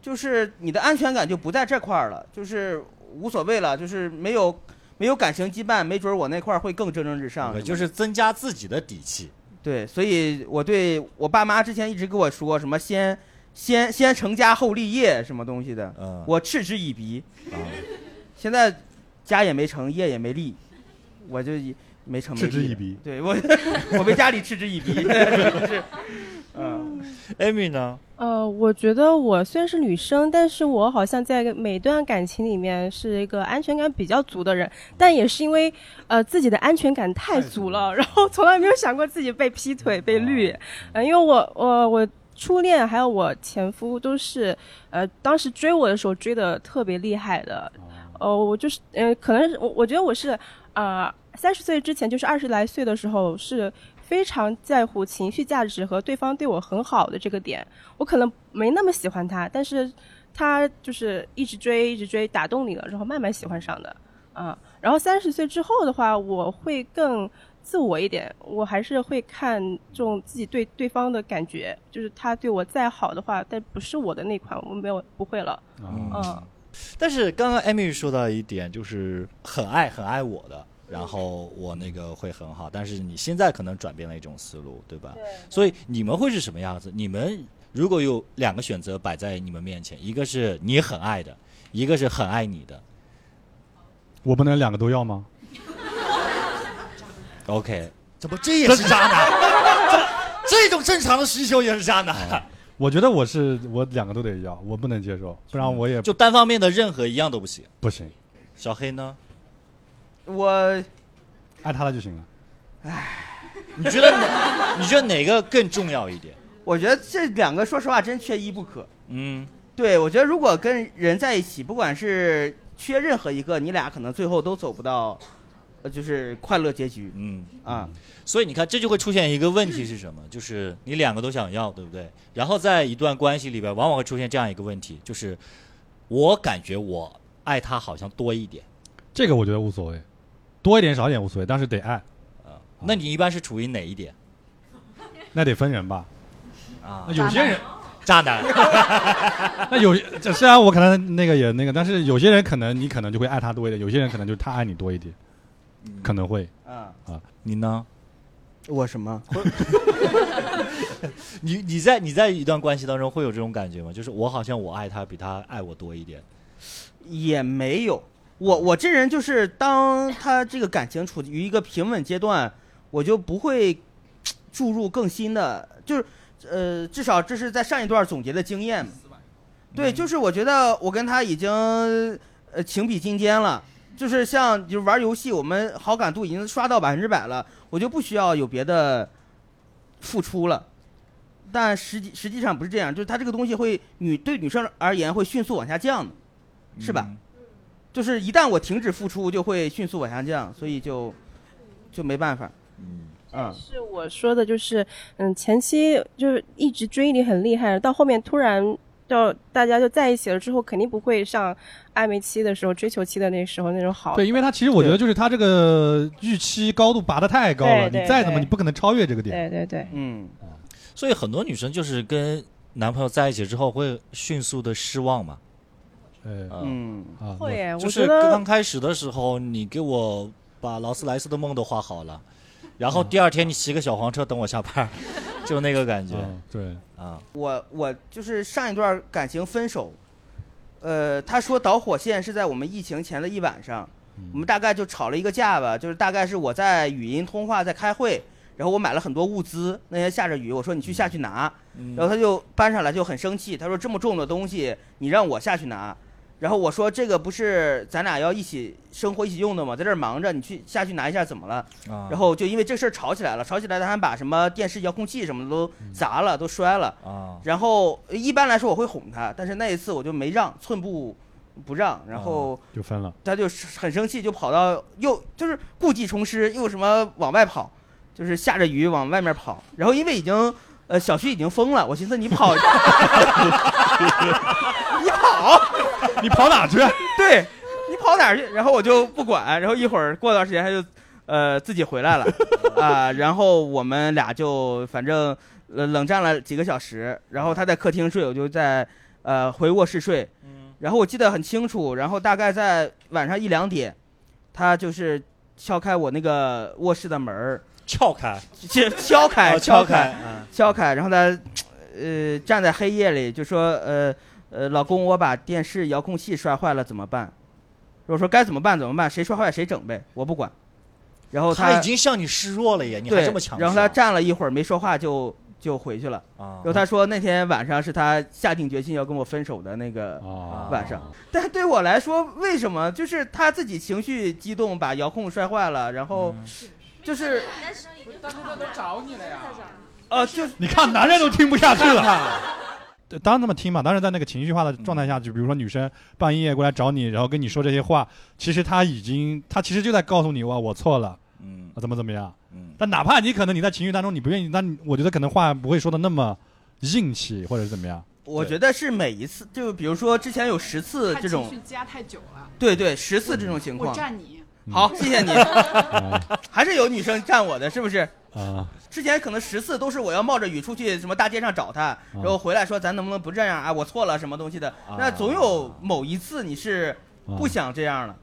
[SPEAKER 3] 就是你的安全感就不在这块儿了，就是无所谓了，就是没有没有感情羁绊，没准儿我那块儿会更蒸蒸日上。
[SPEAKER 1] 对
[SPEAKER 3] 是吧
[SPEAKER 1] 就是增加自己的底气。
[SPEAKER 3] 对，所以我对我爸妈之前一直跟我说什么先先先成家后立业什么东西的，
[SPEAKER 4] 啊
[SPEAKER 1] 嗯，
[SPEAKER 3] 我嗤之以鼻。
[SPEAKER 1] 啊
[SPEAKER 3] 现在家也没成，业也没立，我就也没成没
[SPEAKER 4] 嗤之
[SPEAKER 3] 立
[SPEAKER 4] 以
[SPEAKER 3] 了。
[SPEAKER 4] 鼻。
[SPEAKER 3] 对我，我被家里嗤之以 鼻，是，嗯，
[SPEAKER 1] Amy 呢？
[SPEAKER 5] 呃，我觉得我虽然是女生，但是我好像在每段感情里面是一个安全感比较足的人，但也是因为呃自己的安全感太足了，然后从来没有想过自己被劈腿、被绿，呃，因为我我我初恋还有我前夫都是呃当时追我的时候追的特别厉害的，呃，我就是呃可能是我我觉得我是呃三十岁之前就是二十来岁的时候是。非常在乎情绪价值和对方对我很好的这个点，我可能没那么喜欢他，但是他就是一直追，一直追，打动你了，然后慢慢喜欢上的，啊，然后三十岁之后的话，我会更自我一点，我还是会看重自己对对方的感觉，就是他对我再好的话，但不是我的那款，我没有不会了，
[SPEAKER 4] 啊，
[SPEAKER 5] 嗯，
[SPEAKER 1] 但是刚刚 Amy 说到一点，就是很爱很爱我的，然后我那个会很好。但是你现在可能转变了一种思路，对吧？所以你们会是什么样子？你们如果有两个选择摆在你们面前，一个是你很爱的，一个是很爱你的。
[SPEAKER 4] 我不能两个都要吗？
[SPEAKER 1] OK，怎么这也是渣 男？这这种正常的需求也是渣男，
[SPEAKER 4] 我觉得我是我两个都得要，我不能接受，不然我也
[SPEAKER 1] 就单方面的任何一样都不行。
[SPEAKER 4] 不行，
[SPEAKER 1] 小黑呢？
[SPEAKER 3] 我
[SPEAKER 4] 爱他了就行了。
[SPEAKER 1] 你觉得哪？你觉得哪个更重要一点？
[SPEAKER 3] 我觉得这两个说实话真缺一不可。
[SPEAKER 1] 嗯
[SPEAKER 3] 对，我觉得如果跟人在一起，不管是缺任何一个，你俩可能最后都走不到，呃，就是快乐结局
[SPEAKER 1] 嗯。
[SPEAKER 3] 啊。
[SPEAKER 1] 所以你看，这就会出现一个问题是什么？ 就是你两个都想要，对不对？然后在一段关系里边，往往会出现这样一个问题，就是我感觉我爱他好像多一点
[SPEAKER 4] 这个我觉得无所谓，多一点少一点无所谓，但是得爱，
[SPEAKER 1] 啊、
[SPEAKER 3] 哦
[SPEAKER 1] 那你一般是处于哪一点
[SPEAKER 4] 那得分人吧。
[SPEAKER 1] 啊
[SPEAKER 4] 那？有些人，
[SPEAKER 1] 渣 男，
[SPEAKER 4] 那有这虽然我可能那个也那个，但是有些人可能你可能就会爱他多一点，有些人可能就是他爱你多一点，可能会。
[SPEAKER 3] 啊，
[SPEAKER 1] 你呢？
[SPEAKER 3] 我什么？
[SPEAKER 1] 你你在你在一段关系当中会有这种感觉吗？就是我好像我爱他比他爱我多一点。
[SPEAKER 3] 也没有。我我这人就是，当他这个感情处于一个平稳阶段，我就不会注入更新的，就是呃，至少这是在上一段总结的经验嘛。对，就是我觉得我跟他已经呃情比金坚了，就是像就是玩游戏，我们好感度已经刷到百分之百了，我就不需要有别的付出了。但实际实际上不是这样，就是他这个东西会女对女生而言会迅速往下降的，是吧？就是一旦我停止付出，就会迅速往下降，所以就就没办法。
[SPEAKER 1] 嗯？
[SPEAKER 3] 嗯，
[SPEAKER 5] 是我说的，就是嗯，前期就是一直追你很厉害，到后面突然到大家就在一起了之后，肯定不会像暧昧期的时候、追求期的那时候那种好。
[SPEAKER 4] 对，因为他其实我觉得就是他这个预期高度拔得太高了，
[SPEAKER 5] 对对
[SPEAKER 4] 你再怎么
[SPEAKER 5] 对
[SPEAKER 4] 你不可能超越这个点。
[SPEAKER 5] 对对对，
[SPEAKER 3] 嗯，
[SPEAKER 1] 嗯所以很多女生就是跟男朋友在一起之后会迅速的失望嘛。呃
[SPEAKER 4] 对，
[SPEAKER 3] 嗯，
[SPEAKER 4] 啊，
[SPEAKER 5] 会耶，
[SPEAKER 1] 就
[SPEAKER 5] 我
[SPEAKER 1] 是
[SPEAKER 5] 觉得
[SPEAKER 1] 刚开始的时候，你给我把劳斯莱斯的梦都画好了，然后第二天你骑个小黄车等我下班儿，就那个感觉
[SPEAKER 4] 啊对，
[SPEAKER 1] 啊。
[SPEAKER 3] 我我就是上一段感情分手，呃，他说导火线是在我们疫情前的一晚上，我们大概就吵了一个架吧，就是大概是我在语音通话在开会，然后我买了很多物资，那天下着雨，我说你去下去拿，然后他就搬上来就很生气，他说这么重的东西你让我下去拿，然后我说这个不是咱俩要一起生活一起用的吗？在这儿忙着，你去下去拿一下怎么了？
[SPEAKER 1] 啊
[SPEAKER 3] 然后就因为这事儿吵起来了，吵起来他还把什么电视遥控器什么的都砸了，都摔了。
[SPEAKER 1] 啊，
[SPEAKER 3] 然后一般来说我会哄他，但是那一次我就没让，寸步不让，然后
[SPEAKER 4] 就分了。
[SPEAKER 3] 他就很生气，就跑到又就是故技重施，又什么往外跑，就是下着雨往外面跑。然后因为已经呃小区已经封了，我寻思你跑，你跑，
[SPEAKER 4] 你跑哪去？啊
[SPEAKER 3] 对你跑哪儿去？然后我就不管，然后一会儿过段时间他就呃自己回来了啊、然后我们俩就反正呃冷战了几个小时，然后他在客厅睡，我就在呃回卧室睡。然后我记得很清楚，然后大概在晚上一两点，他就是敲开我那个卧室的门 儿，
[SPEAKER 1] 撬开，
[SPEAKER 3] 敲哦敲开，
[SPEAKER 1] 啊撬
[SPEAKER 3] 哎开，
[SPEAKER 1] 啊
[SPEAKER 3] 敲开，然后他呃站在黑夜里就说呃呃老公，我把电视遥控器摔坏了怎么办？我说该怎么办怎么办，谁摔坏谁整呗，我不管。然后
[SPEAKER 1] 他已经向你示弱了耶，你还
[SPEAKER 3] 对
[SPEAKER 1] 这么强势啊，
[SPEAKER 3] 然后他站了一会儿没说话就就回去了。
[SPEAKER 1] 啊
[SPEAKER 3] 然，后他说那天晚上是他下定决心要跟我分手的那个
[SPEAKER 4] 啊
[SPEAKER 3] 晚上。
[SPEAKER 1] 哦
[SPEAKER 3] 但对我来说，为什么就是他自己情绪激动，把遥控摔坏了，然后
[SPEAKER 1] 嗯
[SPEAKER 3] 就是
[SPEAKER 8] 当初他都找你了呀，
[SPEAKER 3] 呃，就是
[SPEAKER 4] 你看，男人都听不下去了。对当然这么听嘛，当然在那个情绪化的状态下，就比如说女生半夜过来找你，然后跟你说这些话，其实她已经，她其实就在告诉你哇，我错了，
[SPEAKER 1] 嗯
[SPEAKER 4] 啊怎么怎么样。
[SPEAKER 1] 嗯，
[SPEAKER 4] 但哪怕你可能你在情绪当中你不愿意，但我觉得可能话不会说的那么硬气，或者是怎么样。
[SPEAKER 3] 我觉得是每一次，就比如说之前有十次
[SPEAKER 8] 他
[SPEAKER 3] 这
[SPEAKER 8] 情
[SPEAKER 3] 种
[SPEAKER 8] 绪，加太久了，
[SPEAKER 3] 对对，十次
[SPEAKER 4] 嗯
[SPEAKER 3] 这种情
[SPEAKER 8] 我
[SPEAKER 3] 况。
[SPEAKER 8] 站你，
[SPEAKER 3] 好，谢 谢你，
[SPEAKER 4] 啊
[SPEAKER 3] 还是有女生站我的，是不是？
[SPEAKER 4] 啊
[SPEAKER 3] 之前可能十次都是我要冒着雨出去什么大街上找
[SPEAKER 4] 啊
[SPEAKER 3] 他，然后回来说咱能不能不这样啊？我错了什么东西的？那总有某一次你是不想这样了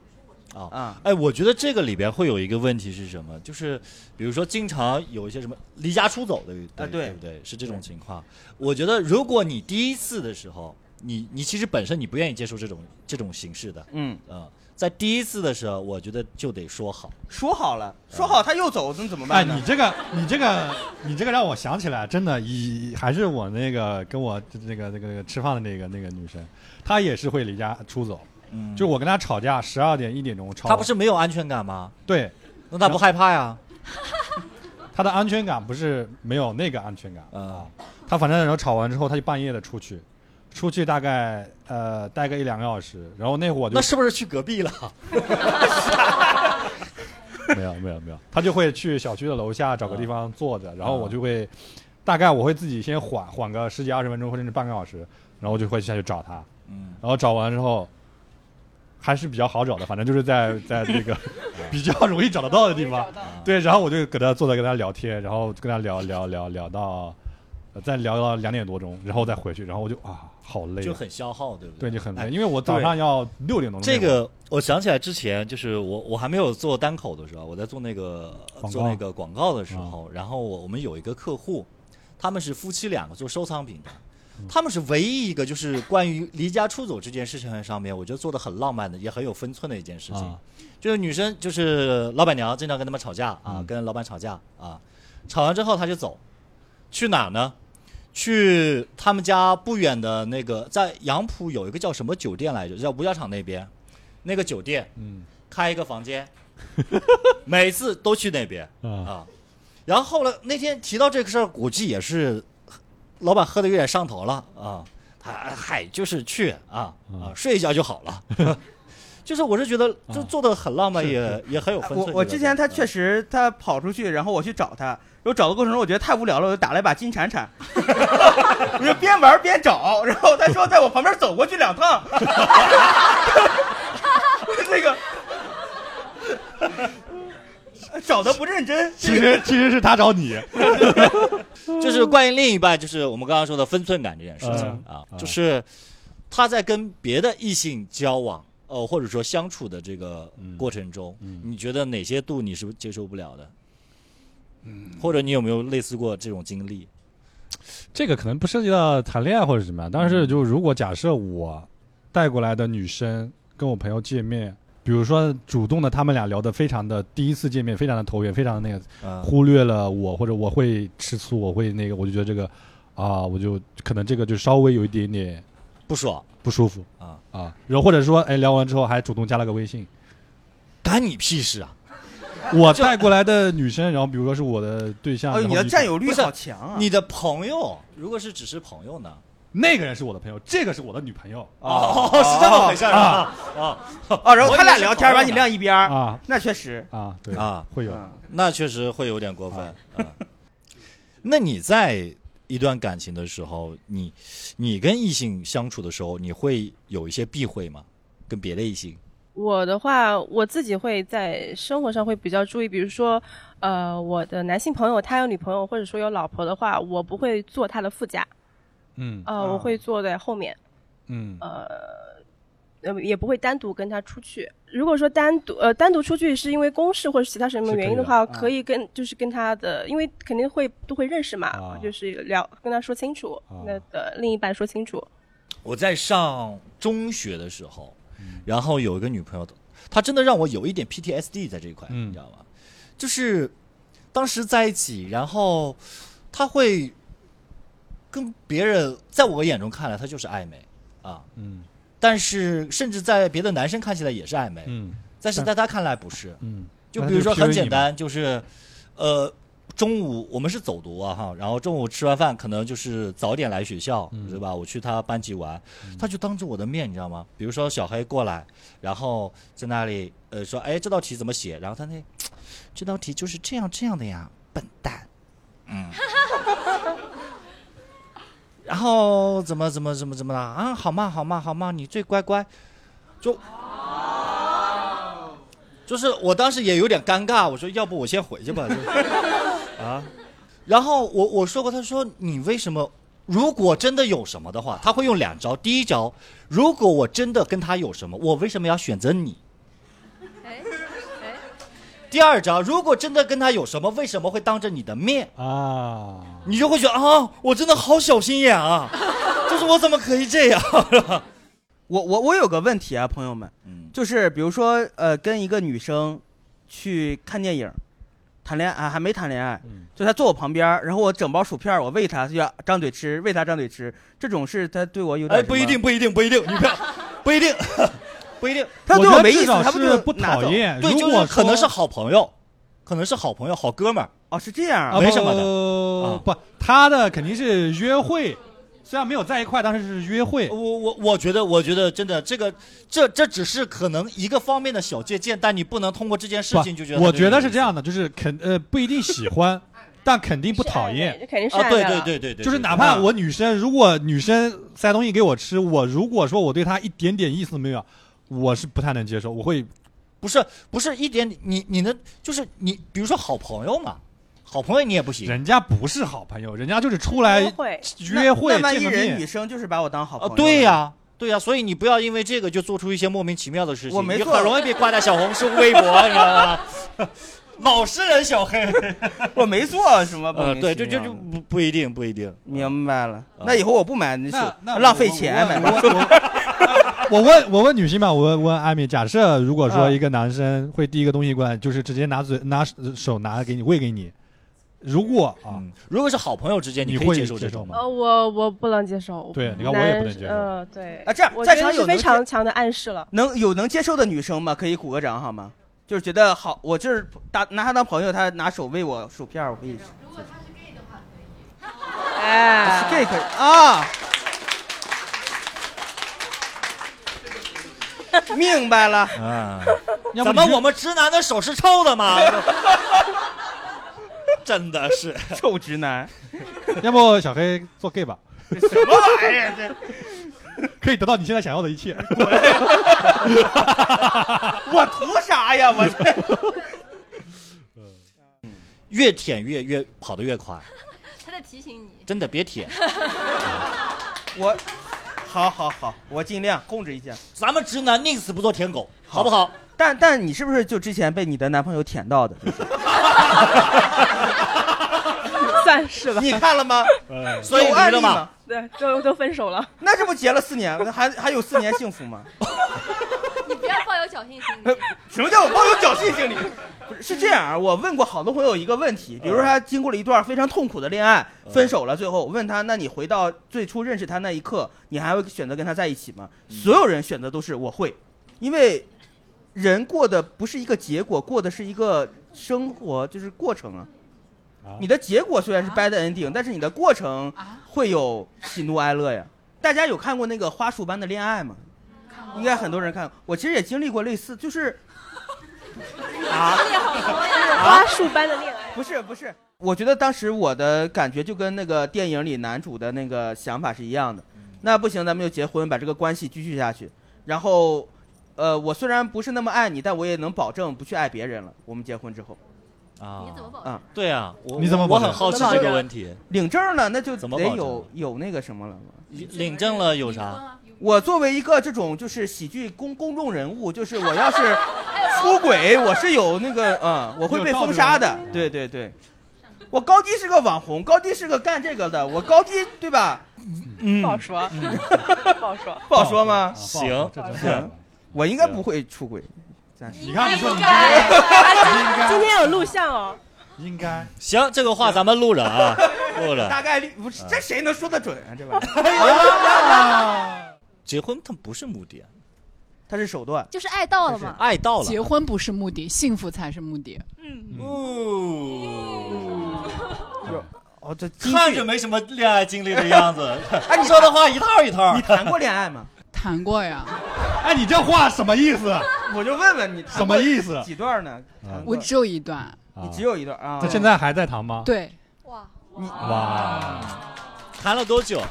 [SPEAKER 4] 哦
[SPEAKER 1] 啊
[SPEAKER 3] 啊，
[SPEAKER 1] 哎，我觉得这个里边会有一个问题是什么？就是比如说，经常有一些什么离家出走的，对、
[SPEAKER 3] 啊对
[SPEAKER 1] 不对？是这种情况。我觉得，如果你第一次的时候，你你其实本身你不愿意接受这种这种形式的，
[SPEAKER 3] 嗯，
[SPEAKER 1] 嗯，在第一次的时候，我觉得就得说好。
[SPEAKER 3] 说好了，说好他又走，那怎么
[SPEAKER 4] 哎，
[SPEAKER 3] 办呢？
[SPEAKER 4] 你这个，你这个，你这个让我想起来，真的，以还是我那个跟我这个这个吃饭的那个那个女生，她也是会离家出走。
[SPEAKER 1] 嗯，
[SPEAKER 4] 就我跟她吵架，十二点一点钟吵，
[SPEAKER 1] 他不是没有安全感吗？
[SPEAKER 4] 对
[SPEAKER 1] 那他不害怕呀？
[SPEAKER 4] 她的安全感不是没有那个安全感，
[SPEAKER 1] 啊、
[SPEAKER 4] 她反正然后吵完之后，她就半夜的出去，出去大概呃待个一两个小时，然后那会儿我就
[SPEAKER 1] 那是不是去隔壁了？
[SPEAKER 4] 没有没有没有，他就会去小区的楼下找个地方坐着，然后我就会，大概我会自己先缓缓个十几二十分钟，或者是半个小时，然后我就会下去找他，
[SPEAKER 1] 嗯，
[SPEAKER 4] 然后找完之后，还是比较好找的，反正就是在在这个 比较容易找得到的地方，对，然后我就搁他坐在跟他聊天，然后跟他聊聊聊聊到，呃再聊到两点多钟，然后再回去，然后我就啊好累啊，
[SPEAKER 1] 就很消耗，对不
[SPEAKER 4] 对
[SPEAKER 1] 对，
[SPEAKER 4] 就很
[SPEAKER 1] 哎
[SPEAKER 4] 累，因为我早上要六点钟
[SPEAKER 1] 这
[SPEAKER 4] 那会儿
[SPEAKER 1] 个我想起来之前，就是我我还没有做单口的时候，我在做那个
[SPEAKER 4] 广告
[SPEAKER 1] 做
[SPEAKER 4] 啊
[SPEAKER 1] 那个广告的时候，然后我我们有一个客户，他们是夫妻两个做收藏品的，
[SPEAKER 4] 嗯
[SPEAKER 1] 他们是唯一一个就是关于离家出走这件事情上面，我觉得做的很浪漫的，也很有分寸的一件事情。
[SPEAKER 4] 啊
[SPEAKER 1] 就是女生就是老板娘经常跟他们吵架啊，跟老板吵架啊，吵完之后她就走，去哪儿呢？去他们家不远的那个，在杨浦有一个叫什么酒店来着，叫五角场那边，那个酒店
[SPEAKER 4] 嗯
[SPEAKER 1] 开一个房间，每次都去那边
[SPEAKER 4] 啊
[SPEAKER 1] 啊。然后后来那天提到这个事儿，估计也是老板喝的有点上头了啊。他嗨，就是去啊
[SPEAKER 4] 嗯
[SPEAKER 1] 啊，睡一觉就好了。 就是我是觉得就做的很浪漫，
[SPEAKER 4] 是
[SPEAKER 1] 也也很有分寸。
[SPEAKER 3] 我我之前他确
[SPEAKER 1] 实
[SPEAKER 3] 实他跑出去，然后我去找他，然后找的过程中我觉得太无聊了，我就打了一把金铲 铲，我就边玩边找，然后他说在我旁边走过去两趟， 那个找的不认真，
[SPEAKER 4] 其实 其实是他找你，
[SPEAKER 1] 啊就是关于另一半，就是我们刚刚说的分寸感这件事情
[SPEAKER 4] 嗯
[SPEAKER 1] 啊，
[SPEAKER 4] 嗯
[SPEAKER 1] 就是他在跟别的异性交往。呃，或者说相处的这个
[SPEAKER 4] 嗯
[SPEAKER 1] 过程中，你觉得哪些度你是接受不了的？
[SPEAKER 3] 嗯
[SPEAKER 1] 或者你有没有类似过这种经历？
[SPEAKER 4] 这个可能不涉及到谈恋爱或者什么样，但是就如果假设我带过来的女生跟我朋友见面，比如说主动的，他们俩聊得非常的第一次见面，非常的投缘，非常的那个，
[SPEAKER 1] 啊
[SPEAKER 4] 忽略了我或者我会吃醋，我会那个，我就觉得这个啊，我就可能这个就稍微有一点点
[SPEAKER 1] 不爽，
[SPEAKER 4] 不舒服
[SPEAKER 1] 啊
[SPEAKER 4] 啊，然后或者说，哎，聊完之后还主动加了个微信，
[SPEAKER 1] 干你屁事啊！
[SPEAKER 4] 我带过来的女生，然后比如说是我的对象，
[SPEAKER 3] 哎呦，
[SPEAKER 4] 然
[SPEAKER 3] 你
[SPEAKER 4] 后
[SPEAKER 3] 的
[SPEAKER 4] 就
[SPEAKER 3] 占有率
[SPEAKER 1] 不是
[SPEAKER 3] 好强啊！
[SPEAKER 1] 你的朋友如果是只是朋友呢？
[SPEAKER 4] 那个人是我的朋友，这个是我的女朋友
[SPEAKER 1] 哦，是这么回事儿啊
[SPEAKER 3] 哦，然后
[SPEAKER 1] 我以为
[SPEAKER 3] 他俩
[SPEAKER 1] 是
[SPEAKER 3] 聊天儿
[SPEAKER 1] 朋
[SPEAKER 3] 把
[SPEAKER 1] 友
[SPEAKER 3] 你
[SPEAKER 1] 呢
[SPEAKER 3] 晾一边儿，
[SPEAKER 4] 啊
[SPEAKER 3] 那确实。
[SPEAKER 4] 啊，对
[SPEAKER 1] 啊！
[SPEAKER 4] 会有
[SPEAKER 3] 嗯
[SPEAKER 1] 那确实会有点过分。啊、那你在一段感情的时候，你你跟异性相处的时候，你会有一些避讳吗？跟别的异性？
[SPEAKER 5] 我的话，我自己会在生活上会比较注意，比如说，呃，我的男性朋友他有女朋友或者说有老婆的话，我不会坐他的副驾，
[SPEAKER 4] 嗯
[SPEAKER 5] 呃，
[SPEAKER 3] 啊
[SPEAKER 5] 我会坐在后面，
[SPEAKER 4] 嗯
[SPEAKER 5] 呃，也不会单独跟他出去。如果说单独呃单独出去是因为公事或者其他什么
[SPEAKER 4] 是可以
[SPEAKER 5] 原因的
[SPEAKER 4] 的
[SPEAKER 5] 话，
[SPEAKER 3] 啊
[SPEAKER 5] 可以跟就是跟他的，因为肯定会都会认识嘛，
[SPEAKER 4] 啊
[SPEAKER 5] 就是聊跟他说清楚，
[SPEAKER 4] 啊
[SPEAKER 5] 那的另一半说清楚。
[SPEAKER 1] 我在上中学的时候，
[SPEAKER 4] 嗯
[SPEAKER 1] 然后有一个女朋友，她真的让我有一点 PTSD 在这一块，
[SPEAKER 4] 嗯
[SPEAKER 1] 你知道吗？就是当时在一起，然后她会跟别人，在我眼中看来，她就是暧昧啊，
[SPEAKER 4] 嗯
[SPEAKER 1] 但是甚至在别的男生看起来也是暧昧，
[SPEAKER 4] 嗯
[SPEAKER 1] 但是在她看来不是。
[SPEAKER 4] 嗯，
[SPEAKER 1] 就
[SPEAKER 4] 那
[SPEAKER 1] 比如说
[SPEAKER 4] 就 PUA
[SPEAKER 1] 很
[SPEAKER 4] 你
[SPEAKER 1] 简
[SPEAKER 4] 嘛
[SPEAKER 1] 单，就是，呃，中午我们是走读啊哈，然后中午吃完饭可能就是早点来学校，
[SPEAKER 4] 嗯
[SPEAKER 1] 对吧？我去他班级玩，他就当着我的面，你知道吗？比如说小黑过来，然后在那里呃说，哎，这道题怎么写？然后他那这道题就是这样这样的呀，笨蛋，嗯。 然后怎么怎么怎么怎么了啊？好嘛好嘛好嘛，你最乖乖，就就是我当时也有点尴尬，我说要不我先回去吧， 就啊。然后我我说过，他说你为什么？如果真的有什么的话，他会用两招。第一招，如果我真的跟他有什么，我为什么要选择你？
[SPEAKER 9] 哎哎，
[SPEAKER 1] 第二招，如果真的跟他有什么，为什么会当着你的面？
[SPEAKER 4] 啊，
[SPEAKER 1] 你就会觉得啊，我真的好小心眼 啊，就是我怎么可以这样？
[SPEAKER 3] 我我我有个问题啊，朋友们，
[SPEAKER 1] 嗯
[SPEAKER 3] 就是比如说呃，跟一个女生去看电影，谈恋爱、啊、还没谈恋爱，
[SPEAKER 4] 嗯
[SPEAKER 3] 就她坐我旁边儿，然后我整包薯片儿我喂她，就要张嘴吃，喂她张嘴吃，这种事她对我有点
[SPEAKER 1] 哎，不一
[SPEAKER 3] 什么
[SPEAKER 1] 定，，不一定，不一定，你不要，不一定， 不一定。
[SPEAKER 3] 她
[SPEAKER 4] 我
[SPEAKER 3] 对
[SPEAKER 4] 觉得
[SPEAKER 3] 没意
[SPEAKER 4] 至
[SPEAKER 3] 思，
[SPEAKER 4] 少
[SPEAKER 3] 她不
[SPEAKER 4] 是
[SPEAKER 3] 就
[SPEAKER 4] 不
[SPEAKER 3] 拿
[SPEAKER 4] 讨
[SPEAKER 3] 走
[SPEAKER 4] 厌，
[SPEAKER 1] 对，
[SPEAKER 4] 哎如
[SPEAKER 1] 就
[SPEAKER 4] 果
[SPEAKER 1] 是可能
[SPEAKER 4] 说
[SPEAKER 1] 是好朋友，可能是好朋友、好哥们儿。
[SPEAKER 3] 哦，是这样
[SPEAKER 4] 啊
[SPEAKER 3] 啊，
[SPEAKER 1] 没什么的啊
[SPEAKER 4] 的，不，他的肯定是约会，虽然没有在一块，但是是约会。
[SPEAKER 1] 我我我觉得，我觉得真的，这个这这只是可能一个方面的小借鉴，但你不能通过这件事
[SPEAKER 4] 不
[SPEAKER 1] 情就觉得。
[SPEAKER 4] 我觉得是这样的，就是肯呃不一定喜 欢，但肯定不讨厌。
[SPEAKER 5] 这肯定是
[SPEAKER 1] 啊，
[SPEAKER 5] 暧
[SPEAKER 1] 对
[SPEAKER 5] 昧
[SPEAKER 1] 对
[SPEAKER 5] 了。
[SPEAKER 1] 对对对，
[SPEAKER 4] 就是
[SPEAKER 1] 对啊
[SPEAKER 4] 哪怕我女生，如果女生塞东西给我吃，我如果说我对她一点点意思都没有，我是不太能接受，我会
[SPEAKER 1] 不是不是一点，你你能就是你，比如说好朋友嘛，好朋友你也不行啊
[SPEAKER 4] 人家不是好朋友，人家就是出来
[SPEAKER 5] 约会
[SPEAKER 4] 约会
[SPEAKER 3] 那万
[SPEAKER 4] 见
[SPEAKER 3] 一
[SPEAKER 4] 个
[SPEAKER 3] 人女
[SPEAKER 4] 面。
[SPEAKER 3] 生就是把我当好
[SPEAKER 1] 啊
[SPEAKER 3] 朋友，，
[SPEAKER 1] 对呀、对呀、所以你不要因为这个就做出一些莫名其妙的事情，
[SPEAKER 3] 我没
[SPEAKER 1] 你
[SPEAKER 3] 做
[SPEAKER 1] 很容易被挂在小红书、微博，你知道吗？ 老实人小 黑，
[SPEAKER 3] 我没做什么不
[SPEAKER 1] 呃，
[SPEAKER 3] 明其
[SPEAKER 1] 对，
[SPEAKER 3] 妙的，
[SPEAKER 1] 这这就不不一定，不一定。
[SPEAKER 3] 明白了。那以后我不买那
[SPEAKER 4] 那那
[SPEAKER 3] 水，浪费
[SPEAKER 4] 我
[SPEAKER 3] 钱买
[SPEAKER 4] 我我我问我问女性吧，我问我问艾米，假设如果说
[SPEAKER 3] 啊
[SPEAKER 4] 一个男生会递一个东西过来，就是直接拿嘴拿手拿给你喂给你，如果 啊，
[SPEAKER 1] 嗯，如果是好朋友之间，
[SPEAKER 4] 你
[SPEAKER 1] 可以
[SPEAKER 4] 会
[SPEAKER 1] 接受这
[SPEAKER 4] 接
[SPEAKER 1] 种
[SPEAKER 4] 受
[SPEAKER 1] 吗？
[SPEAKER 4] 吗？
[SPEAKER 5] 呃，我我不能接受。
[SPEAKER 4] 对，你看我
[SPEAKER 5] 男
[SPEAKER 4] 也不能接受。
[SPEAKER 5] 呃，对。
[SPEAKER 3] 啊，这样
[SPEAKER 5] 我觉
[SPEAKER 3] 在
[SPEAKER 5] 得
[SPEAKER 3] 场
[SPEAKER 5] 是
[SPEAKER 3] 有
[SPEAKER 5] 非
[SPEAKER 3] 能
[SPEAKER 5] 常强的暗示了。
[SPEAKER 3] 能有能接受的女生吗？可以鼓个掌好吗？就是觉得好，我就是打拿她当朋友，她拿手喂我薯片儿，我可以。
[SPEAKER 5] 哎
[SPEAKER 3] 这可以啊。明白了，
[SPEAKER 1] 啊。
[SPEAKER 4] 要不
[SPEAKER 1] 怎么
[SPEAKER 4] 你
[SPEAKER 1] 我们直男的手是臭的吗？ 真的是，
[SPEAKER 3] 臭直男，
[SPEAKER 4] 要不小黑做 gay 吧，
[SPEAKER 3] 这什么玩意儿？这
[SPEAKER 4] 可以得到你现在想要的一切。
[SPEAKER 3] 我图啥呀？我这
[SPEAKER 1] 越舔越越跑得越快，
[SPEAKER 9] 他在提醒你，
[SPEAKER 1] 真的别舔。
[SPEAKER 3] 我，好好好，我尽量控制一下。
[SPEAKER 1] 咱们直男宁死不做舔狗，好不好？
[SPEAKER 3] 但但你是不是就之前被你的男朋友舔到的？
[SPEAKER 5] 算是吧。
[SPEAKER 3] 你看了吗？
[SPEAKER 1] 所以
[SPEAKER 3] 有
[SPEAKER 1] 离
[SPEAKER 3] 案
[SPEAKER 1] 了
[SPEAKER 3] 例
[SPEAKER 1] 嘛，
[SPEAKER 3] 吗？
[SPEAKER 5] 对，都都分手了。
[SPEAKER 3] 那这不结了四年，还还有四年 幸福吗？
[SPEAKER 9] 你不要抱有侥幸心理。
[SPEAKER 3] 什么叫我抱有侥幸心理？不是是这样啊，我问过好多朋友一个问题，比如说他经过了一段非常痛苦的恋爱，分手了，最后我问他，那你回到最初认识他那一刻，你还会选择跟他在一起吗？所有人选择都是我会，因为人过的不是一个结果，过的是一个生活，就是过程啊。你的结果虽然是 bad ending，但是你的过程会有喜怒哀乐呀。大家有看过那个《花束般的恋爱》吗？应该很多人看过。我其实也经历过类似，就是啊，
[SPEAKER 5] 花束般的恋爱。
[SPEAKER 3] 不是不是，我觉得当时我的感觉就跟那个电影里男主的那个想法是一样的。那不行，咱们就结婚，把这个关系继续下去。然后，呃，我虽然不是那么爱你，但我也能保证不去爱别人了。我们结婚之后，
[SPEAKER 1] 啊，你怎么
[SPEAKER 10] 保
[SPEAKER 3] 啊，
[SPEAKER 1] 对啊，我
[SPEAKER 4] 你怎么
[SPEAKER 1] 我
[SPEAKER 4] 保
[SPEAKER 1] 我很
[SPEAKER 4] 证
[SPEAKER 1] 好奇这个问题，
[SPEAKER 3] 领证了那就
[SPEAKER 1] 怎么
[SPEAKER 3] 得
[SPEAKER 1] 保证
[SPEAKER 3] 有有那个什么了。
[SPEAKER 1] 领证了有啥？
[SPEAKER 3] 我作为一个这种就是喜剧公公众人物，就是我要是出轨，我是有那个嗯，我会被封杀的。 对对对，我高低是个网红，高低是个干这个的，我高低对吧？
[SPEAKER 1] 嗯
[SPEAKER 5] 不好说， 不好说。
[SPEAKER 3] 不好说吗？
[SPEAKER 4] 啊
[SPEAKER 1] 行，
[SPEAKER 3] 行，我应该不会出轨。暂时
[SPEAKER 4] 你看，你说你
[SPEAKER 5] 今天有录像哦，
[SPEAKER 4] 应该
[SPEAKER 1] 行，这个话咱们录着啊， 录着。
[SPEAKER 3] 大概率不是，这谁能说得准啊？这玩意 儿，
[SPEAKER 1] 结婚它不是目的，
[SPEAKER 3] 它是手段。
[SPEAKER 10] 就是爱到了嘛。
[SPEAKER 1] 爱到了。
[SPEAKER 8] 结婚不是目的，幸福才是目的。
[SPEAKER 3] 哦，这
[SPEAKER 1] 看着没什么恋爱经历的样子，哎，你 说的话一套一套
[SPEAKER 3] 你。谈过恋爱吗？
[SPEAKER 8] 谈过呀，
[SPEAKER 1] 啊
[SPEAKER 4] 哎，你这话什么意 思？啊
[SPEAKER 3] 我就问问你，
[SPEAKER 4] 什么意思？
[SPEAKER 3] 几段呢？谈过
[SPEAKER 8] 我只有一段。
[SPEAKER 3] 你只有一段啊。
[SPEAKER 4] 他现在还在谈吗？
[SPEAKER 8] 对，
[SPEAKER 10] 哇，
[SPEAKER 4] 哇，
[SPEAKER 1] 谈了多久？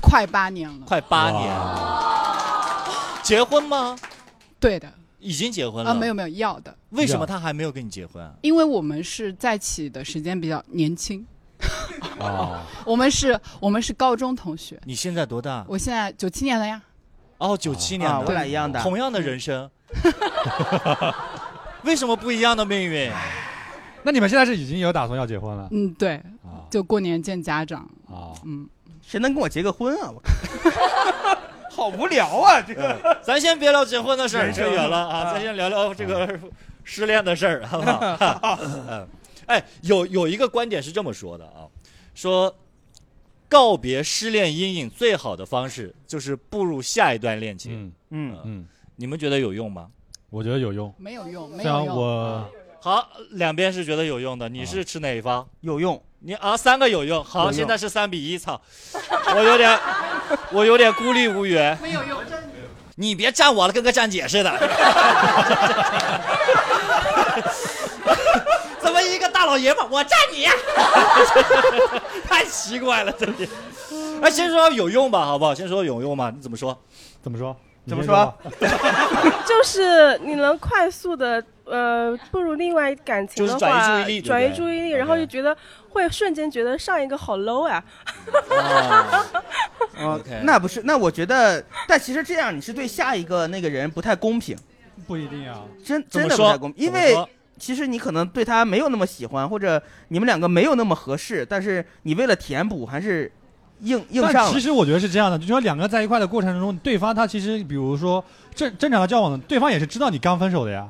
[SPEAKER 8] 快八年了。
[SPEAKER 1] 快八年。结婚吗？
[SPEAKER 8] 对的
[SPEAKER 1] 已经结婚了。
[SPEAKER 8] 啊，没有。没有要的，
[SPEAKER 1] 为什么他还没有跟你结婚啊？
[SPEAKER 8] 因为我们是在一起的时间比较年轻，
[SPEAKER 4] 啊，
[SPEAKER 8] 我们是我们是高中同学。
[SPEAKER 1] 你现在多大？
[SPEAKER 8] 我现在九七年了呀，
[SPEAKER 1] 哦，九七年
[SPEAKER 3] 啊，我
[SPEAKER 1] 的，
[SPEAKER 3] 俩一样的。
[SPEAKER 1] 同样的人生，为什么不一样的命运？
[SPEAKER 4] 那你们现在是已经有打算要结婚了
[SPEAKER 8] 嗯，对，
[SPEAKER 4] 啊
[SPEAKER 8] 就过年见家长，
[SPEAKER 4] 啊？
[SPEAKER 8] 嗯，
[SPEAKER 3] 谁能跟我结个婚啊？我靠， 好无聊啊！这个
[SPEAKER 1] 咱先别聊结婚的事儿，
[SPEAKER 3] 人生
[SPEAKER 1] 扯远了啊，嗯咱先聊聊这个失恋的事儿，好不好？ 嗯，哎，有有一个观点是这么说的啊，说告别失恋阴影最好的方式就是步入下一段恋情。
[SPEAKER 4] 嗯
[SPEAKER 3] 嗯，
[SPEAKER 4] 嗯，
[SPEAKER 1] 你们觉得有用吗？
[SPEAKER 4] 我觉得有用。
[SPEAKER 8] 没有用，没
[SPEAKER 4] 虽然
[SPEAKER 8] 有用。
[SPEAKER 4] 我
[SPEAKER 1] 好，两边是觉得有用的，你是持哪一方？
[SPEAKER 3] 有用。
[SPEAKER 1] 你啊，三个有用。
[SPEAKER 3] 有
[SPEAKER 1] 好，
[SPEAKER 3] 用
[SPEAKER 1] 现在是三比一，操，我有 点，我有点孤立无援。
[SPEAKER 8] 没有用，
[SPEAKER 1] 你别站我了，跟个站姐 似的。怎么一个大老爷们儿，我站你？ 太奇怪了，这里。哎，先说有用吧，好不好？先说有用吧，你怎么说？
[SPEAKER 4] 怎么说？
[SPEAKER 3] 怎么
[SPEAKER 4] 你先
[SPEAKER 3] 说
[SPEAKER 4] 说？
[SPEAKER 5] 就是你能快速的呃步入另外感情
[SPEAKER 1] 就
[SPEAKER 5] 的
[SPEAKER 1] 是转移
[SPEAKER 5] 话
[SPEAKER 1] 注意力对，不对
[SPEAKER 5] 转移注意力，然后
[SPEAKER 1] OK
[SPEAKER 5] 就觉得会瞬间觉得上一个好 low 啊，
[SPEAKER 3] 啊
[SPEAKER 1] OK
[SPEAKER 3] 那不是，那我觉得，但其实这样你是对下一个那个人不太公平，
[SPEAKER 4] 不一定啊。
[SPEAKER 3] 真
[SPEAKER 1] 怎
[SPEAKER 3] 真
[SPEAKER 1] 么
[SPEAKER 3] 的不太
[SPEAKER 1] 说
[SPEAKER 3] 公？平，因
[SPEAKER 1] 怎么
[SPEAKER 3] 为
[SPEAKER 1] 说
[SPEAKER 3] 其实你可能对他没有那么喜欢，或者你们两个没有那么合适，但是你为了填补还是硬硬
[SPEAKER 4] 但
[SPEAKER 3] 上
[SPEAKER 4] 其
[SPEAKER 3] 了。
[SPEAKER 4] 实我觉得是这样的，就说两个在一块的过程中，对方他其实比如说正正常的交往，对方也是知道你刚分手的呀。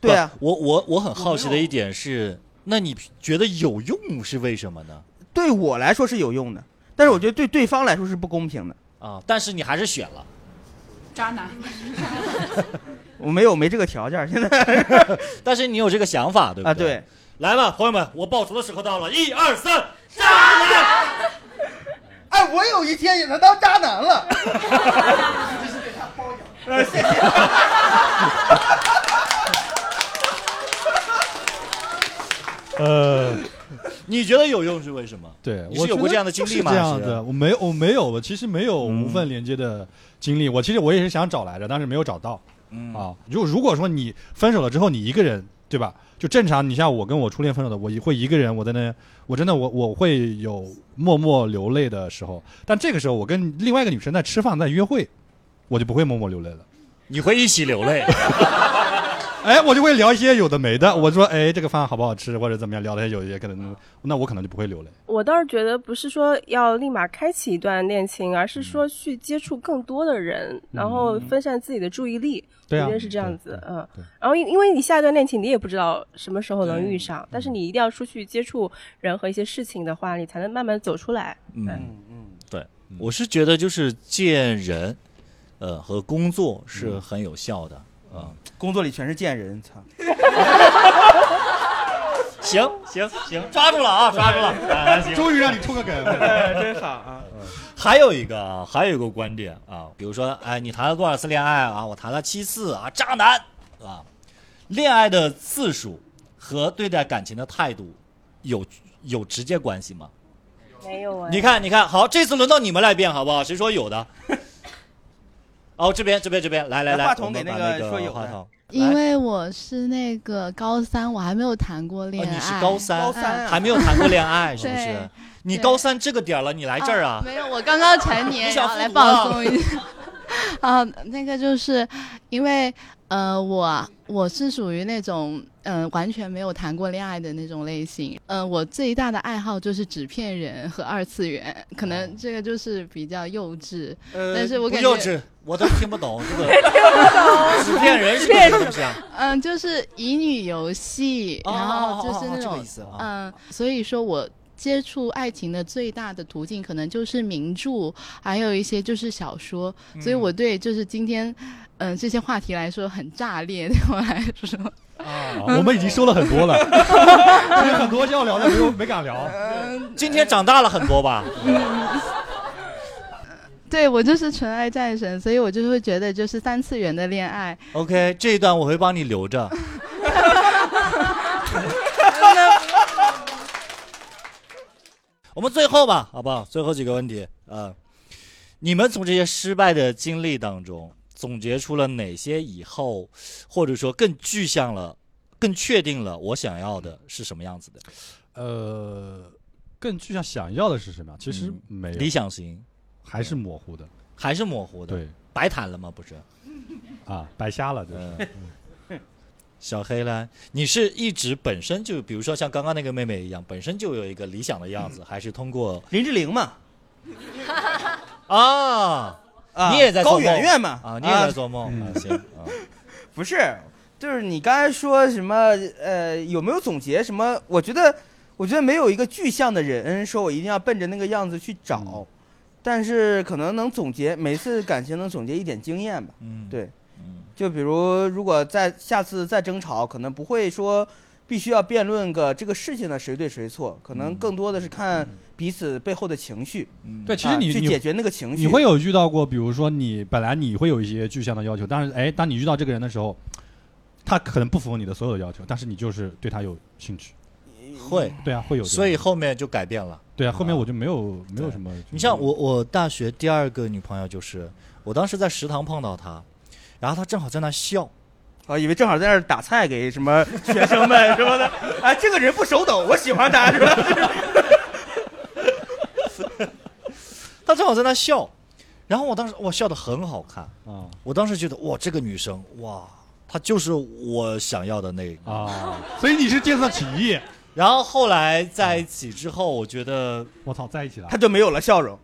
[SPEAKER 3] 对啊，
[SPEAKER 1] 不我我我很好奇的一点是，那你觉得有用是为什么呢？
[SPEAKER 3] 对我来说是有用的，但是我觉得对对方来说是不公平的。
[SPEAKER 1] 啊，但是你还是选了。
[SPEAKER 8] 渣男，
[SPEAKER 3] 我没有没这个条件，现在
[SPEAKER 1] 但是你有这个想法，对不
[SPEAKER 3] 啊，
[SPEAKER 1] 对？
[SPEAKER 3] 对，
[SPEAKER 1] 来吧，朋友们，我报仇的时候到了，一二三，
[SPEAKER 11] 哎，我有一天也能当渣男了。
[SPEAKER 4] 呃，
[SPEAKER 1] 你觉得有用是为什么？
[SPEAKER 4] 对，
[SPEAKER 1] 你是
[SPEAKER 4] 我
[SPEAKER 1] 有
[SPEAKER 4] 觉
[SPEAKER 1] 过
[SPEAKER 4] 得
[SPEAKER 1] 这样的经
[SPEAKER 4] 就
[SPEAKER 1] 历
[SPEAKER 4] 是
[SPEAKER 1] 吗
[SPEAKER 4] 这样
[SPEAKER 1] 是嗯
[SPEAKER 4] 的，我没有，我没有，我其实没有无缝连接的经历。我其实我也是想找来着，但是没有找到。
[SPEAKER 1] 嗯
[SPEAKER 4] 啊，就如果说你分手了之后，你一个人，对吧？就正常，你像我跟我初恋分手的，我一会一个人，我在那，我真的我我会有默默流泪的时候，但这个时候我跟另外一个女生在吃饭在约会，我就不会默默流泪了。
[SPEAKER 1] 你会一起流泪。
[SPEAKER 4] 哎，我就会聊一些有的没的。我说，哎，这个饭好不好吃，或者怎么样，聊了些有一些可能，那我可能就不会流泪。
[SPEAKER 5] 我倒是觉得不是说要立马开启一段恋情，而
[SPEAKER 4] 嗯
[SPEAKER 5] 是说去接触更多的人，然后分散自己的注意力。
[SPEAKER 4] 对啊
[SPEAKER 5] 我觉得是这样子，嗯。然后因因为你下一段恋情你也不知道什么时候能遇
[SPEAKER 4] 嗯
[SPEAKER 5] 上，但是你一定要出去接触人和一些事情的话，你才能慢慢走出来。
[SPEAKER 1] 嗯嗯，对，我是觉得就是见人，呃，和工作是很有效的啊。
[SPEAKER 3] 工作里全是贱人，操！
[SPEAKER 1] 行行行，抓住了啊，抓住了，啊行
[SPEAKER 4] 终于让你出个梗，
[SPEAKER 3] 哎真好啊！
[SPEAKER 1] 还有一个啊，还有一个观点啊，比如说，哎，你谈了多少次恋爱啊？我谈了七次啊，渣男啊！恋爱的次数和对待感情的态度有有直接关系吗？
[SPEAKER 5] 没有哎
[SPEAKER 1] 你看，你看，好，这次轮到你们来变好不好？谁说有 的？哦，这边，这边，这边，来来来，
[SPEAKER 3] 话筒给
[SPEAKER 1] 我们
[SPEAKER 3] 那
[SPEAKER 1] 把那
[SPEAKER 3] 个说有的
[SPEAKER 1] 话筒。哦
[SPEAKER 12] 因为我是那个高三，我还没有谈过恋
[SPEAKER 1] 哦，
[SPEAKER 12] 爱。
[SPEAKER 1] 你是高三，
[SPEAKER 12] 嗯
[SPEAKER 3] 啊
[SPEAKER 1] 还没有谈过恋 爱，是不
[SPEAKER 12] 对
[SPEAKER 1] 是？你高三这个点儿了，你来这儿啊？
[SPEAKER 12] 没有，我刚刚成年，
[SPEAKER 1] 你想
[SPEAKER 12] 然后来
[SPEAKER 1] 复读啊
[SPEAKER 12] 放松一下。啊，那个就是因为呃，我我是属于那种嗯、呃完全没有谈过恋爱的那种类型。嗯、我最大的爱好就是纸片人和二次元，可能这个就是比较幼稚，
[SPEAKER 1] 呃
[SPEAKER 12] 哦但是我
[SPEAKER 1] 不
[SPEAKER 12] 感
[SPEAKER 1] 幼
[SPEAKER 12] 觉。
[SPEAKER 1] 稚，我都听不懂 这个，听不懂，纸片人是个什么东西啊？
[SPEAKER 12] 嗯，就是乙女游戏，
[SPEAKER 1] 哦
[SPEAKER 12] 然后就是
[SPEAKER 1] 哦哦
[SPEAKER 12] 那
[SPEAKER 1] 这
[SPEAKER 12] 种
[SPEAKER 1] 个意思啊
[SPEAKER 12] 嗯，所以说我接触爱情的最大的途径可能就是名著，还有一些就是小说，所以
[SPEAKER 1] 嗯
[SPEAKER 12] 我对就是今天嗯这些话题来说很炸裂，对我来说。
[SPEAKER 4] 啊我们已经说了很多了，其实很多要聊的没有没敢聊。
[SPEAKER 12] 嗯
[SPEAKER 1] 今天长大了很多吧？
[SPEAKER 12] 对我就是纯爱战神，所以我就会觉得就是三次元的恋爱，
[SPEAKER 1] OK，这一段我会帮你留着。我们最后吧，好不好？最后几个问题，呃，你们从这些失败的经历当中总结出了哪些以后，或者说更具象了、更确定了我想要的是什么样子的？
[SPEAKER 4] 呃，更具象想要的是什么？其实没有，
[SPEAKER 1] 理想型
[SPEAKER 4] 还是模糊的，
[SPEAKER 1] 还是模糊的，
[SPEAKER 4] 对，
[SPEAKER 1] 白谈了吗？不是，
[SPEAKER 4] 啊，白瞎了，就是。
[SPEAKER 1] 嗯。小黑呢？你是一直本身就，比如说像刚刚那个妹妹一样，本身就有一个理想的样子，还是通过
[SPEAKER 3] 林志玲嘛，
[SPEAKER 1] 啊？
[SPEAKER 3] 啊，
[SPEAKER 1] 你也在做
[SPEAKER 3] 高
[SPEAKER 1] 梦
[SPEAKER 3] 圆圆嘛，
[SPEAKER 1] 啊？你也在做梦啊？行啊，
[SPEAKER 3] 不是，就是你刚才说什么？呃，有没有总结什么？我觉得，我觉得没有一个具象的人说我一定要奔着那个样子去找，
[SPEAKER 4] 嗯
[SPEAKER 3] 但是可能能总结，每次感情能总结一点经验吧。
[SPEAKER 1] 嗯，
[SPEAKER 3] 对，就比如如果再下次再争吵，可能不会说必须要辩论个这个事情的谁对谁错，可
[SPEAKER 4] 嗯
[SPEAKER 3] 能更多的是看彼此背后的情绪，
[SPEAKER 1] 嗯
[SPEAKER 4] 对，其实你
[SPEAKER 3] 啊去
[SPEAKER 4] 你
[SPEAKER 3] 解决那个情绪。
[SPEAKER 4] 你会有遇到过，比如说你本来你会有一些具象的要求，但是哎，当你遇到这个人的时候，他可能不符合你的所有的要求，但是你就是对他有兴趣。
[SPEAKER 1] 会，
[SPEAKER 4] 对啊，会有这种。
[SPEAKER 1] 所以后面就改变了。
[SPEAKER 4] 对啊，后面我就没有没有
[SPEAKER 1] 对
[SPEAKER 4] 什么。
[SPEAKER 1] 你像我，我大学第二个女朋友就是，我当时在食堂碰到她，然后她正好在那笑，
[SPEAKER 3] 啊，以为正好在那儿打菜给什么学生们什么的。哎，这个人不手抖，我喜欢他，是吧？
[SPEAKER 1] 她正好在那笑，然后我当时我笑得很好看，
[SPEAKER 4] 啊
[SPEAKER 1] 我当时觉得哇，这个女生哇，她就是我想要的那个。
[SPEAKER 4] 啊，所以你是见色起意。
[SPEAKER 1] 然后后来在一起之后，我觉得
[SPEAKER 4] 我操，在一起了
[SPEAKER 3] 他。就没有了笑容。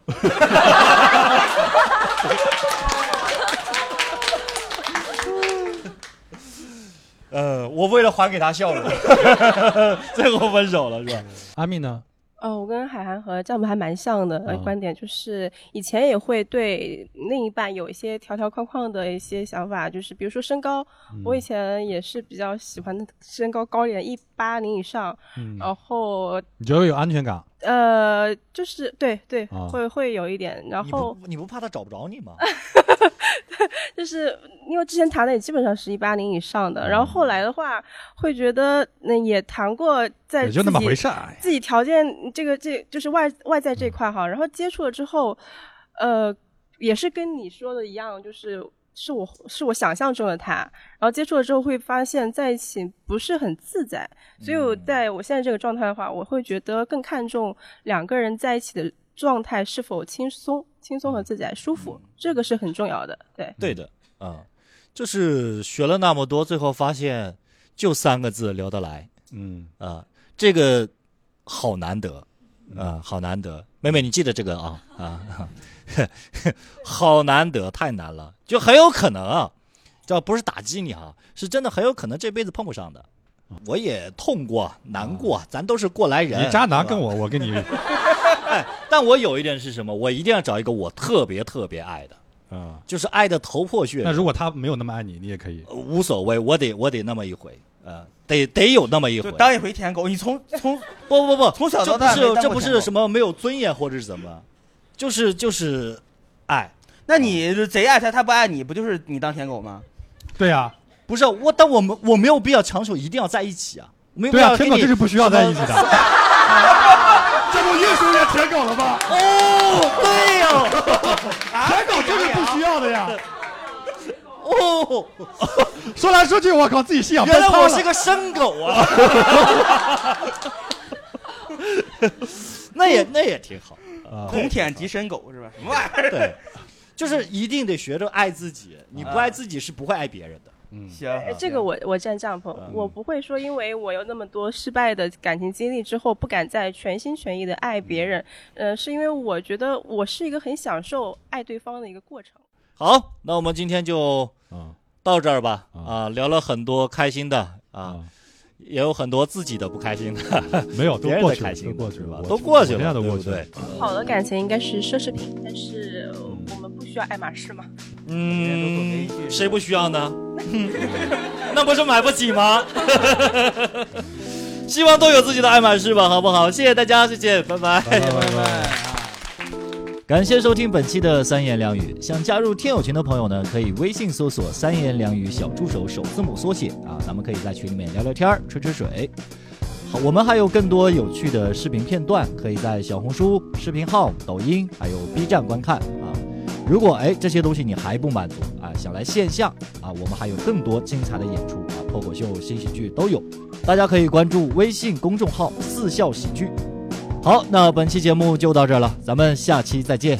[SPEAKER 1] 呃，我为了还给她笑 容，最后分手了，是吧？
[SPEAKER 4] 阿密呢？
[SPEAKER 5] 哦，我跟海涵和詹姆还蛮像的、呃
[SPEAKER 4] 嗯
[SPEAKER 5] 观点，就是以前也会对另一半有一些条条框框的一些想法，就是比如说身高，
[SPEAKER 4] 嗯
[SPEAKER 5] 我以前也是比较喜欢身高高一点，一八零以上，
[SPEAKER 4] 嗯，
[SPEAKER 5] 然后
[SPEAKER 4] 你觉得有安全感？
[SPEAKER 5] 呃，就是对对，
[SPEAKER 4] 啊
[SPEAKER 5] 会会有一点，然
[SPEAKER 1] 你
[SPEAKER 5] 后
[SPEAKER 1] 不你不怕她找不着你吗？
[SPEAKER 5] 就是因为之前谈的也基本上是一八零以上的，然后
[SPEAKER 4] 嗯
[SPEAKER 5] 后来的话会觉得那也谈过在
[SPEAKER 4] 也就那
[SPEAKER 5] 自
[SPEAKER 4] 么
[SPEAKER 5] 己
[SPEAKER 4] 回事儿。哎
[SPEAKER 5] 自己条件这个这就是外外在这块哈，然后接触了之后，呃，也是跟你说的一样，就是是我是我想象中的他，然后接触了之后会发现在一起不是很自在，所以我在我现在这个状态的话，我会觉得更看重两个人在一起的状态是 否轻松、轻松和自在、舒服，这个是很重要的。对，
[SPEAKER 1] 对的，啊、就是学了那么多，最后发现就三个字聊得来。
[SPEAKER 4] 嗯
[SPEAKER 1] 啊、这个好难得啊、好难得。妹妹，你记得这个啊啊， 好难得，太难了，就很有可能啊，这不是打击你啊，是真的很有可能这辈子碰不上的。我也痛过，难过，咱都是过来人。
[SPEAKER 4] 啊你渣男
[SPEAKER 1] 对吧
[SPEAKER 4] 跟我，我跟你，
[SPEAKER 1] 但我有一点是什么？我一定要找一个我特别特别爱的，
[SPEAKER 4] 啊，
[SPEAKER 1] 就是爱的头破血流。
[SPEAKER 4] 那如果他没有那么爱你，你也可以。
[SPEAKER 1] 无所谓，我得我得那么一回，呃，得得有那么一回
[SPEAKER 3] 就。当一回舔狗，你从从
[SPEAKER 1] 不不不，
[SPEAKER 3] 从小到大
[SPEAKER 1] 这不
[SPEAKER 3] 没
[SPEAKER 1] 是
[SPEAKER 3] 当
[SPEAKER 1] 这
[SPEAKER 3] 过
[SPEAKER 1] 不
[SPEAKER 3] 舔狗
[SPEAKER 1] 是什么没有尊严或者是怎么，就是就是哎爱。
[SPEAKER 3] 那你贼爱他，他不爱你，不就是你当舔狗吗？
[SPEAKER 4] 对呀、
[SPEAKER 1] 不是我，但我们我没有必要强求一定要在一起啊，我没有必
[SPEAKER 4] 对啊，
[SPEAKER 1] 要给
[SPEAKER 4] 舔
[SPEAKER 1] 你。
[SPEAKER 4] 狗就是不需要在一起的。
[SPEAKER 1] 这不越说越舔狗了吗？哦，对哦，
[SPEAKER 4] 舔狗就是不需要的呀。
[SPEAKER 1] 哦，
[SPEAKER 4] 说来说去，我靠，自己信仰
[SPEAKER 1] 原来我是
[SPEAKER 4] 个
[SPEAKER 1] 个生狗啊。 那也那也挺好，
[SPEAKER 3] 红舔即身狗是吧？什么玩意 儿？
[SPEAKER 1] 对，就是一定得学着爱自己，你不爱自己是不会爱别人的。
[SPEAKER 4] 嗯
[SPEAKER 3] 行
[SPEAKER 5] 哎，这个我我站帐篷，我不会说，因为我有那么多失败的感情经历之后，不敢再全心全意的爱别人。呃，是因为我觉得我是一个很享受爱对方的一个过程。
[SPEAKER 1] 好，那我们今天就到这儿吧。啊，聊了很多开心的啊，也有很多自己的不开心 的，
[SPEAKER 4] 没有都
[SPEAKER 1] 别人
[SPEAKER 4] 过
[SPEAKER 1] 的
[SPEAKER 4] 去了
[SPEAKER 1] 开心
[SPEAKER 4] 都过去
[SPEAKER 1] 是吧
[SPEAKER 4] 了？
[SPEAKER 1] 都过去
[SPEAKER 4] 我现在
[SPEAKER 1] 了，
[SPEAKER 4] 都
[SPEAKER 1] 对
[SPEAKER 4] 过
[SPEAKER 1] 不
[SPEAKER 4] 去了
[SPEAKER 1] 对？
[SPEAKER 5] 好的感情应该是奢侈品，但是呃我们不需要爱马仕嘛。
[SPEAKER 1] 嗯，谁不需要呢？ 那不是买不起吗？ 希望都有自己的爱马仕吧，好不好？谢谢大家，谢谢，拜拜，拜拜。
[SPEAKER 3] 哎
[SPEAKER 1] 感谢收听本期的三言两语。想加入听友群的朋友呢，可以微信搜索“三言两语小助手”首字母缩写啊，咱们可以在群里面聊聊天儿、吹吹水。好，我们还有更多有趣的视频片段，可以在小红书、视频号、抖音还有 B 站观看啊。如果哎这些东西你还不满足啊，想来线下啊，我们还有更多精彩的演出啊，脱口秀、新喜剧都有，大家可以关注微信公众号“四笑喜剧”。好，那本期节目就到这儿了，咱们下期再见，